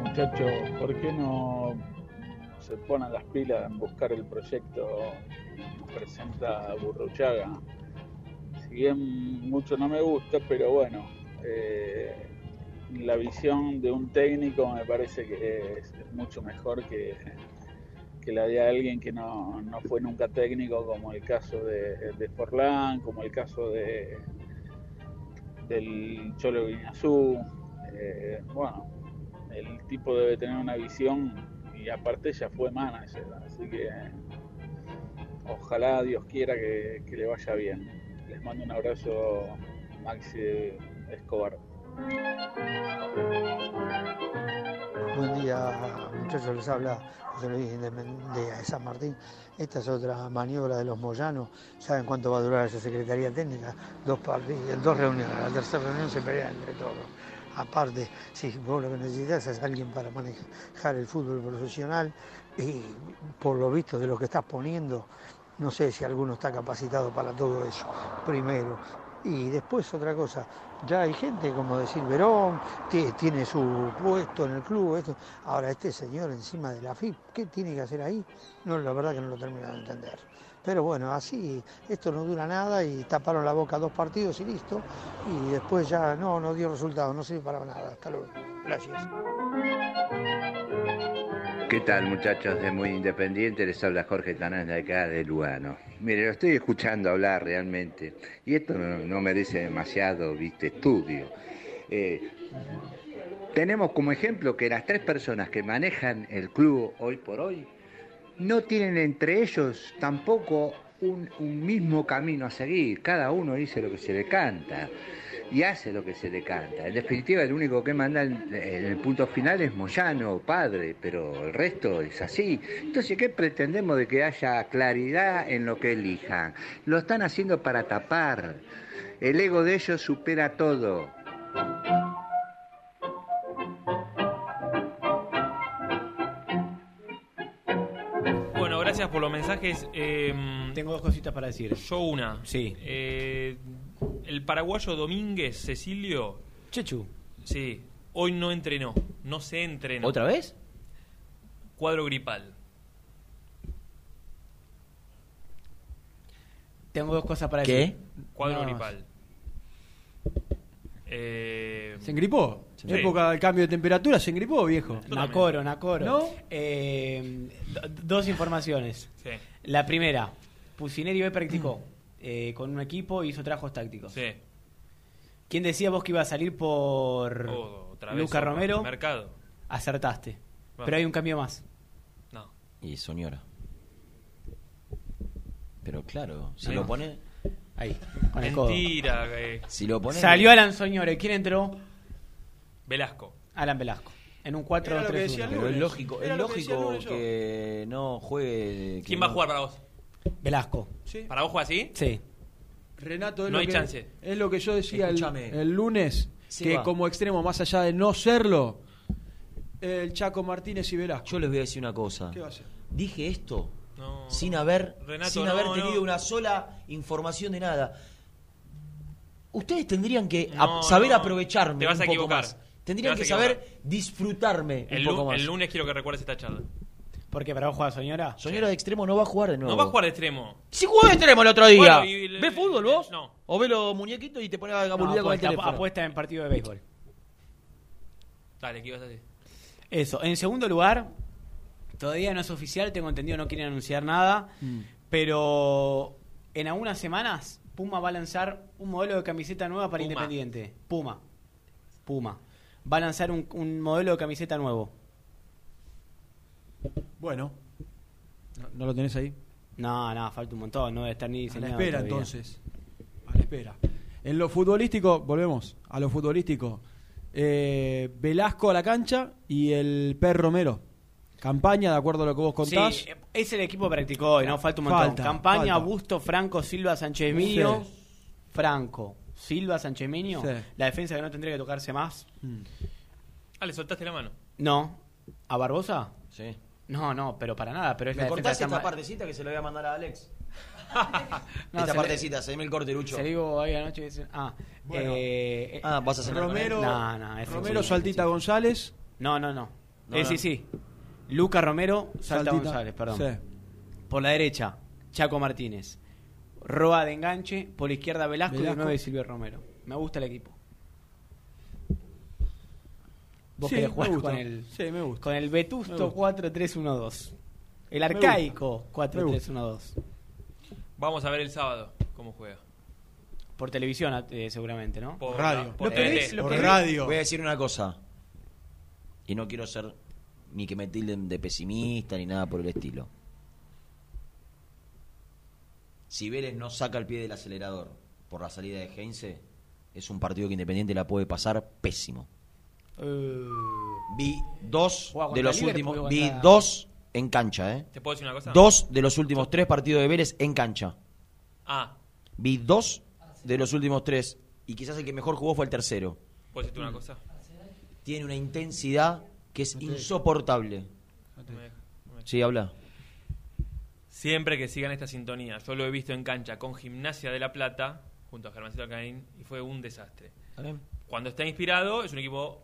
Muchachos, ¿por qué no se ponen las pilas en buscar el proyecto que nos presenta Burruchaga? Si bien mucho no me gusta, pero bueno, eh, la visión de un técnico me parece que es mucho mejor que, que la de alguien que no, no fue nunca técnico, como el caso de, de Forlán, como el caso de del Cholo Guiñazú. Eh, bueno, el tipo debe tener una visión y aparte ya fue manager, así que ojalá Dios quiera que, que le vaya bien. Les mando un abrazo, Maxi Escobar. Buen día, muchachos, les habla José Luis de, Men- de San Martín. Esta es otra maniobra de los Moyanos. ¿Saben cuánto va a durar esa Secretaría Técnica? Dos, partidos, dos reuniones. La tercera reunión se pelea entre todos. Aparte, si vos lo que necesitas es alguien para manejar el fútbol profesional y por lo visto de lo que estás poniendo, no sé si alguno está capacitado para todo eso, primero. Y después otra cosa, ya hay gente como decir Verón, que tiene su puesto en el club, esto. Ahora este señor encima de la FIP, ¿qué tiene que hacer ahí? No, la verdad que no lo termino de entender. Pero bueno, así esto no dura nada y taparon la boca dos partidos y listo. Y después ya no, no dio resultado, no sirve para nada. Hasta luego. Gracias. ¿Qué tal muchachos de Muy Independiente? Les habla Jorge Tanás de acá de Lugano. Mire, lo estoy escuchando hablar realmente y esto no, no merece demasiado viste, estudio. Eh, tenemos como ejemplo que las tres personas que manejan el club hoy por hoy no tienen entre ellos tampoco un, un mismo camino a seguir. Cada uno dice lo que se le canta y hace lo que se le canta. En definitiva, el único que manda en, en el punto final es Moyano, padre, pero el resto es así. Entonces, ¿qué pretendemos de que haya claridad en lo que elijan? Lo están haciendo para tapar. El ego de ellos supera todo. Bueno, gracias por los mensajes. eh, Tengo dos cositas para decir. Yo una. Sí. Eh, el paraguayo Domínguez Cecilio. Chechu. Sí. Hoy no entrenó. No se entrenó. ¿Otra vez? Cuadro gripal. Tengo dos cosas para ¿Qué? decir. Cuadro No. gripal. Eh, ¿Se engripó? Sí. En época del cambio de temperatura, ¿se engripó, viejo? Nacoro, Nacoro. ¿No? Eh, do- dos informaciones. Sí. La primera, Pusineri B practicó Mm. eh, con un equipo hizo trabajos tácticos. Sí. ¿Quién decía vos que iba a salir por Oh, otra vez Luca Opa, Romero? Mercado. Acertaste. Vamos. Pero hay un cambio más. Y Soñora. Pero claro, si Ahí. lo pone. Ahí, con el codo. Mentira, eh. Si lo pone. Salió Alan Soñore. ¿Quién entró? Velasco. Alan Velasco. En un 4 Era lo que 3 decía 1 Pero es Lunes. lógico, Es lógico que no juegue. que ¿Quién va a no- jugar para vos? Velasco. ¿Para vos juega así? Sí. Renato es No lo hay que- chance. Es lo que yo decía el, Escúchame. el lunes, Sí, que va. como extremo, más allá de no serlo, el Chaco Martínez y Velasco. Yo les voy a decir una cosa. ¿Qué va a hacer? Dije esto sin haber, Renato, sin no, haber no. tenido una sola información de nada. Ustedes tendrían que No, ap- saber no. aprovecharme Te vas un a poco equivocar. más. Tendrían Te que vas a saber disfrutarme El, un lu- poco más. el lunes quiero que recuerdes esta charla. Porque para vos juega Soñora. Soñora de extremo no va a jugar de nuevo. No va a jugar de extremo. Si jugó de extremo el otro día. Bueno, y- ¿Ves fútbol vos? No. ¿O ves los muñequitos y te pones a No, gamulidad con el apuesta, teléfono? apuesta en partido de béisbol. Dale, ¿qué ibas a decir? Eso. En segundo lugar, todavía no es oficial, tengo entendido, no quieren anunciar nada, pero en algunas semanas Puma va a lanzar un modelo de camiseta nueva para Puma. Independiente. Puma. Puma. Va a lanzar un, un modelo de camiseta nuevo. Bueno, ¿no lo tenés ahí? No, no, falta un montón, no debe estar ni A la diseñado. espera, todavía. entonces. A la espera. En lo futbolístico, volvemos a lo futbolístico. Eh, Velasco a la cancha y el Per Romero. Campaña, de acuerdo a lo que vos contás. Sí, eh, es el equipo que practicó hoy, ¿no? Falta un montón. Falta, Campaña, falta. Augusto, Franco, Silva, Sánchez Miño. Franco, Silva, Sánchez Miño. Sí. La defensa que no tendría que tocarse más. Ah, le soltaste la mano. No. ¿A Barbosa? Sí. No, no, pero para nada. Pero es ¿Me la defensa cortás que está esta ma- partecita que se la voy a mandar a *laughs* Alex? No, esta se partecita, se me el corte, Lucho. Se le digo hoy anoche. dice- Ah, Bueno. eh, eh, Ah, vas a cenar con él. Romero. No, no, es Romero, sencillo. Saltita González. No, no, no. No, Eh, no. Sí, sí. Luca Romero, Salta Saltita. González, perdón. Sí. Por la derecha, Chaco Martínez. Roa de enganche. Por la izquierda, Velasco, y de Velasco. nueve Silvio Romero. Me gusta el equipo. Vos Sí, querés me jugar gusta. con el, Sí, me gusta. con el Me vetusto gusta. 4-3-1-2. El Me arcaico gusta. 4-3-1-2. Vamos a ver el sábado cómo juega. Por televisión, eh, seguramente, ¿no? Por radio. Por Lo tele. que es- lo Por que es- radio. Voy a decir una cosa. Y no quiero ser ni que me tilden de pesimista ni nada por el estilo. Si Vélez no saca el pie del acelerador por la salida de Heinze, es un partido que Independiente la puede pasar pésimo. Eh. Vi dos Juega de contra los Liverpool, últimos. Vi contra- dos en cancha, ¿eh? ¿Te puedo decir una cosa? Dos de los últimos tres partidos de Vélez en cancha. Ah, Vi dos de los últimos tres. Y quizás el que mejor jugó fue el tercero. ¿puedo decirte Mm. una cosa? Tiene una intensidad que es insoportable. No me deja, no me deja. Sí, habla. Siempre que sigan esta sintonía, yo lo he visto en cancha con Gimnasia de la Plata, junto a Germancito Alcaín, y fue un desastre. Está bien. Cuando está inspirado, es un equipo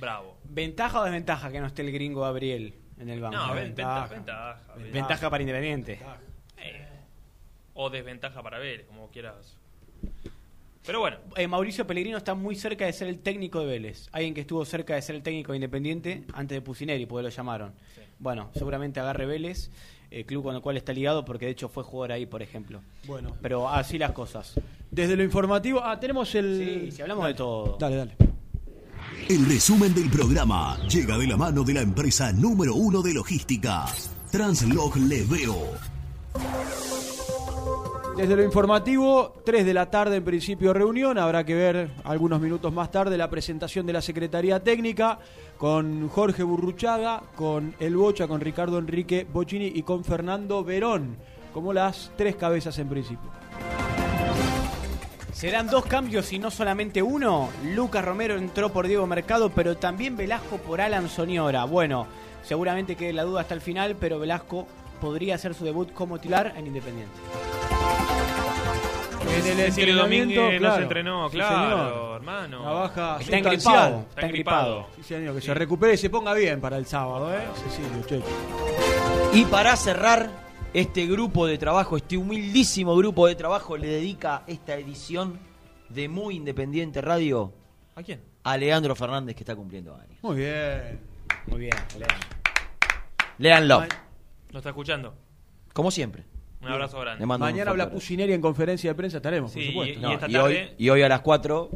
bravo. ¿Ventaja o desventaja que no esté el gringo Gabriel en el banco? No, ven- ventaja, ventaja. Ventaja, para Independiente. Eh, o desventaja para Vélez, como quieras. Pero bueno, Eh, Mauricio Pellegrino está muy cerca de ser el técnico de Vélez. Alguien que estuvo cerca de ser el técnico de Independiente antes de Pusineri, porque lo llamaron. Bueno, seguramente agarre Vélez, el club con el cual está ligado, porque de hecho fue jugador ahí, por ejemplo. Bueno. Pero así las cosas. Desde lo informativo. Ah, tenemos el. Si hablamos de todo. Dale, dale. El resumen del programa llega de la mano de la empresa número uno de logística, Translog Leveo. Desde lo informativo, 3 de la tarde en principio reunión, habrá que ver algunos minutos más tarde la presentación de la Secretaría Técnica con Jorge Burruchaga, con El Bocha, con Ricardo Enrique Bocini y con Fernando Verón, como las tres cabezas en principio. Serán dos cambios y no solamente uno. Lucas Romero entró por Diego Mercado, pero también Velasco por Alan Soñora. Bueno, seguramente quede la duda hasta el final, pero Velasco podría hacer su debut como titular en Independiente. En Es decir, el domingo entrenamiento, no se entrenó, Sí, claro, señor. hermano. Una baja Está sustancial. engripado, está engripado. Sí, señor, que se recupere y se ponga bien para el sábado, ¿eh? Sí, sí, muchacho. Y para cerrar, Este grupo de trabajo, este humildísimo grupo de trabajo, le dedica esta edición de Muy Independiente Radio ¿A quién? a Leandro Fernández, que está cumpliendo años. Muy bien. Muy bien, Leandro, Lo está escuchando. como siempre. Un abrazo grande. Le mando un Mañana fuerte habla abrazo. Pucineri en conferencia de prensa, estaremos, Sí, por supuesto. y- y esta y, hoy, tarde- y hoy a las 4.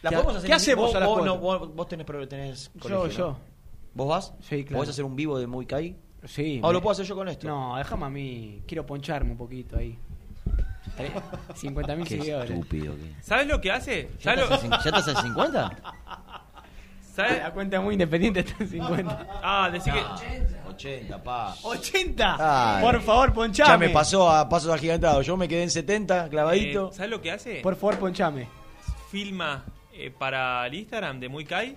¿La ¿Qué- podemos hacer qué en- hacemos vos- a las vos, cuatro? no, vos, vos tenés, pro- tenés colegio, ¿no? yo. ¿Vos vas? Sí, claro. ¿Podés hacer un vivo de Muy Kai? Sí. ¿O me- lo puedo hacer yo con esto? No, déjame a mí. Quiero poncharme un poquito ahí. *laughs* 50 mil Qué seguidores. estúpido que- ¿Sabes lo que hace? ¿Ya ¿Sabes estás lo- en- ya estás en 50? ¿Sabes? La cuenta muy independiente está en 50. *laughs* Ah, decí que. 80, pa. Ah, ¡80! Ay. Por favor, ponchame. Ya me pasó a pasos agigantados. Yo me quedé en 70, clavadito. Eh, ¿Sabes lo que hace? Por favor, pues. ponchame. Filma eh, para el Instagram de Muy Kai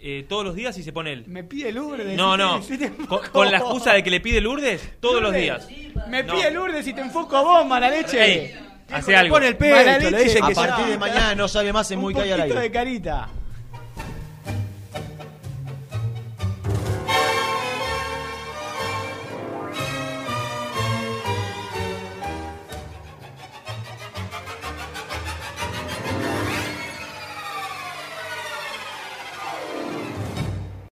eh, todos los días y se pone él. Me *laughs* pide Lourdes. No, si no. te- si te Con, enfoco con la a vos. excusa de que le pide Lourdes todos los Lourdes, días. Me No. pide Lourdes y te enfoco a vos, mala leche. Ey, hace Le algo. Pone el pecho, le dice que a partir de mañana no sale más en Un Muy Kai al poquito aire. de carita.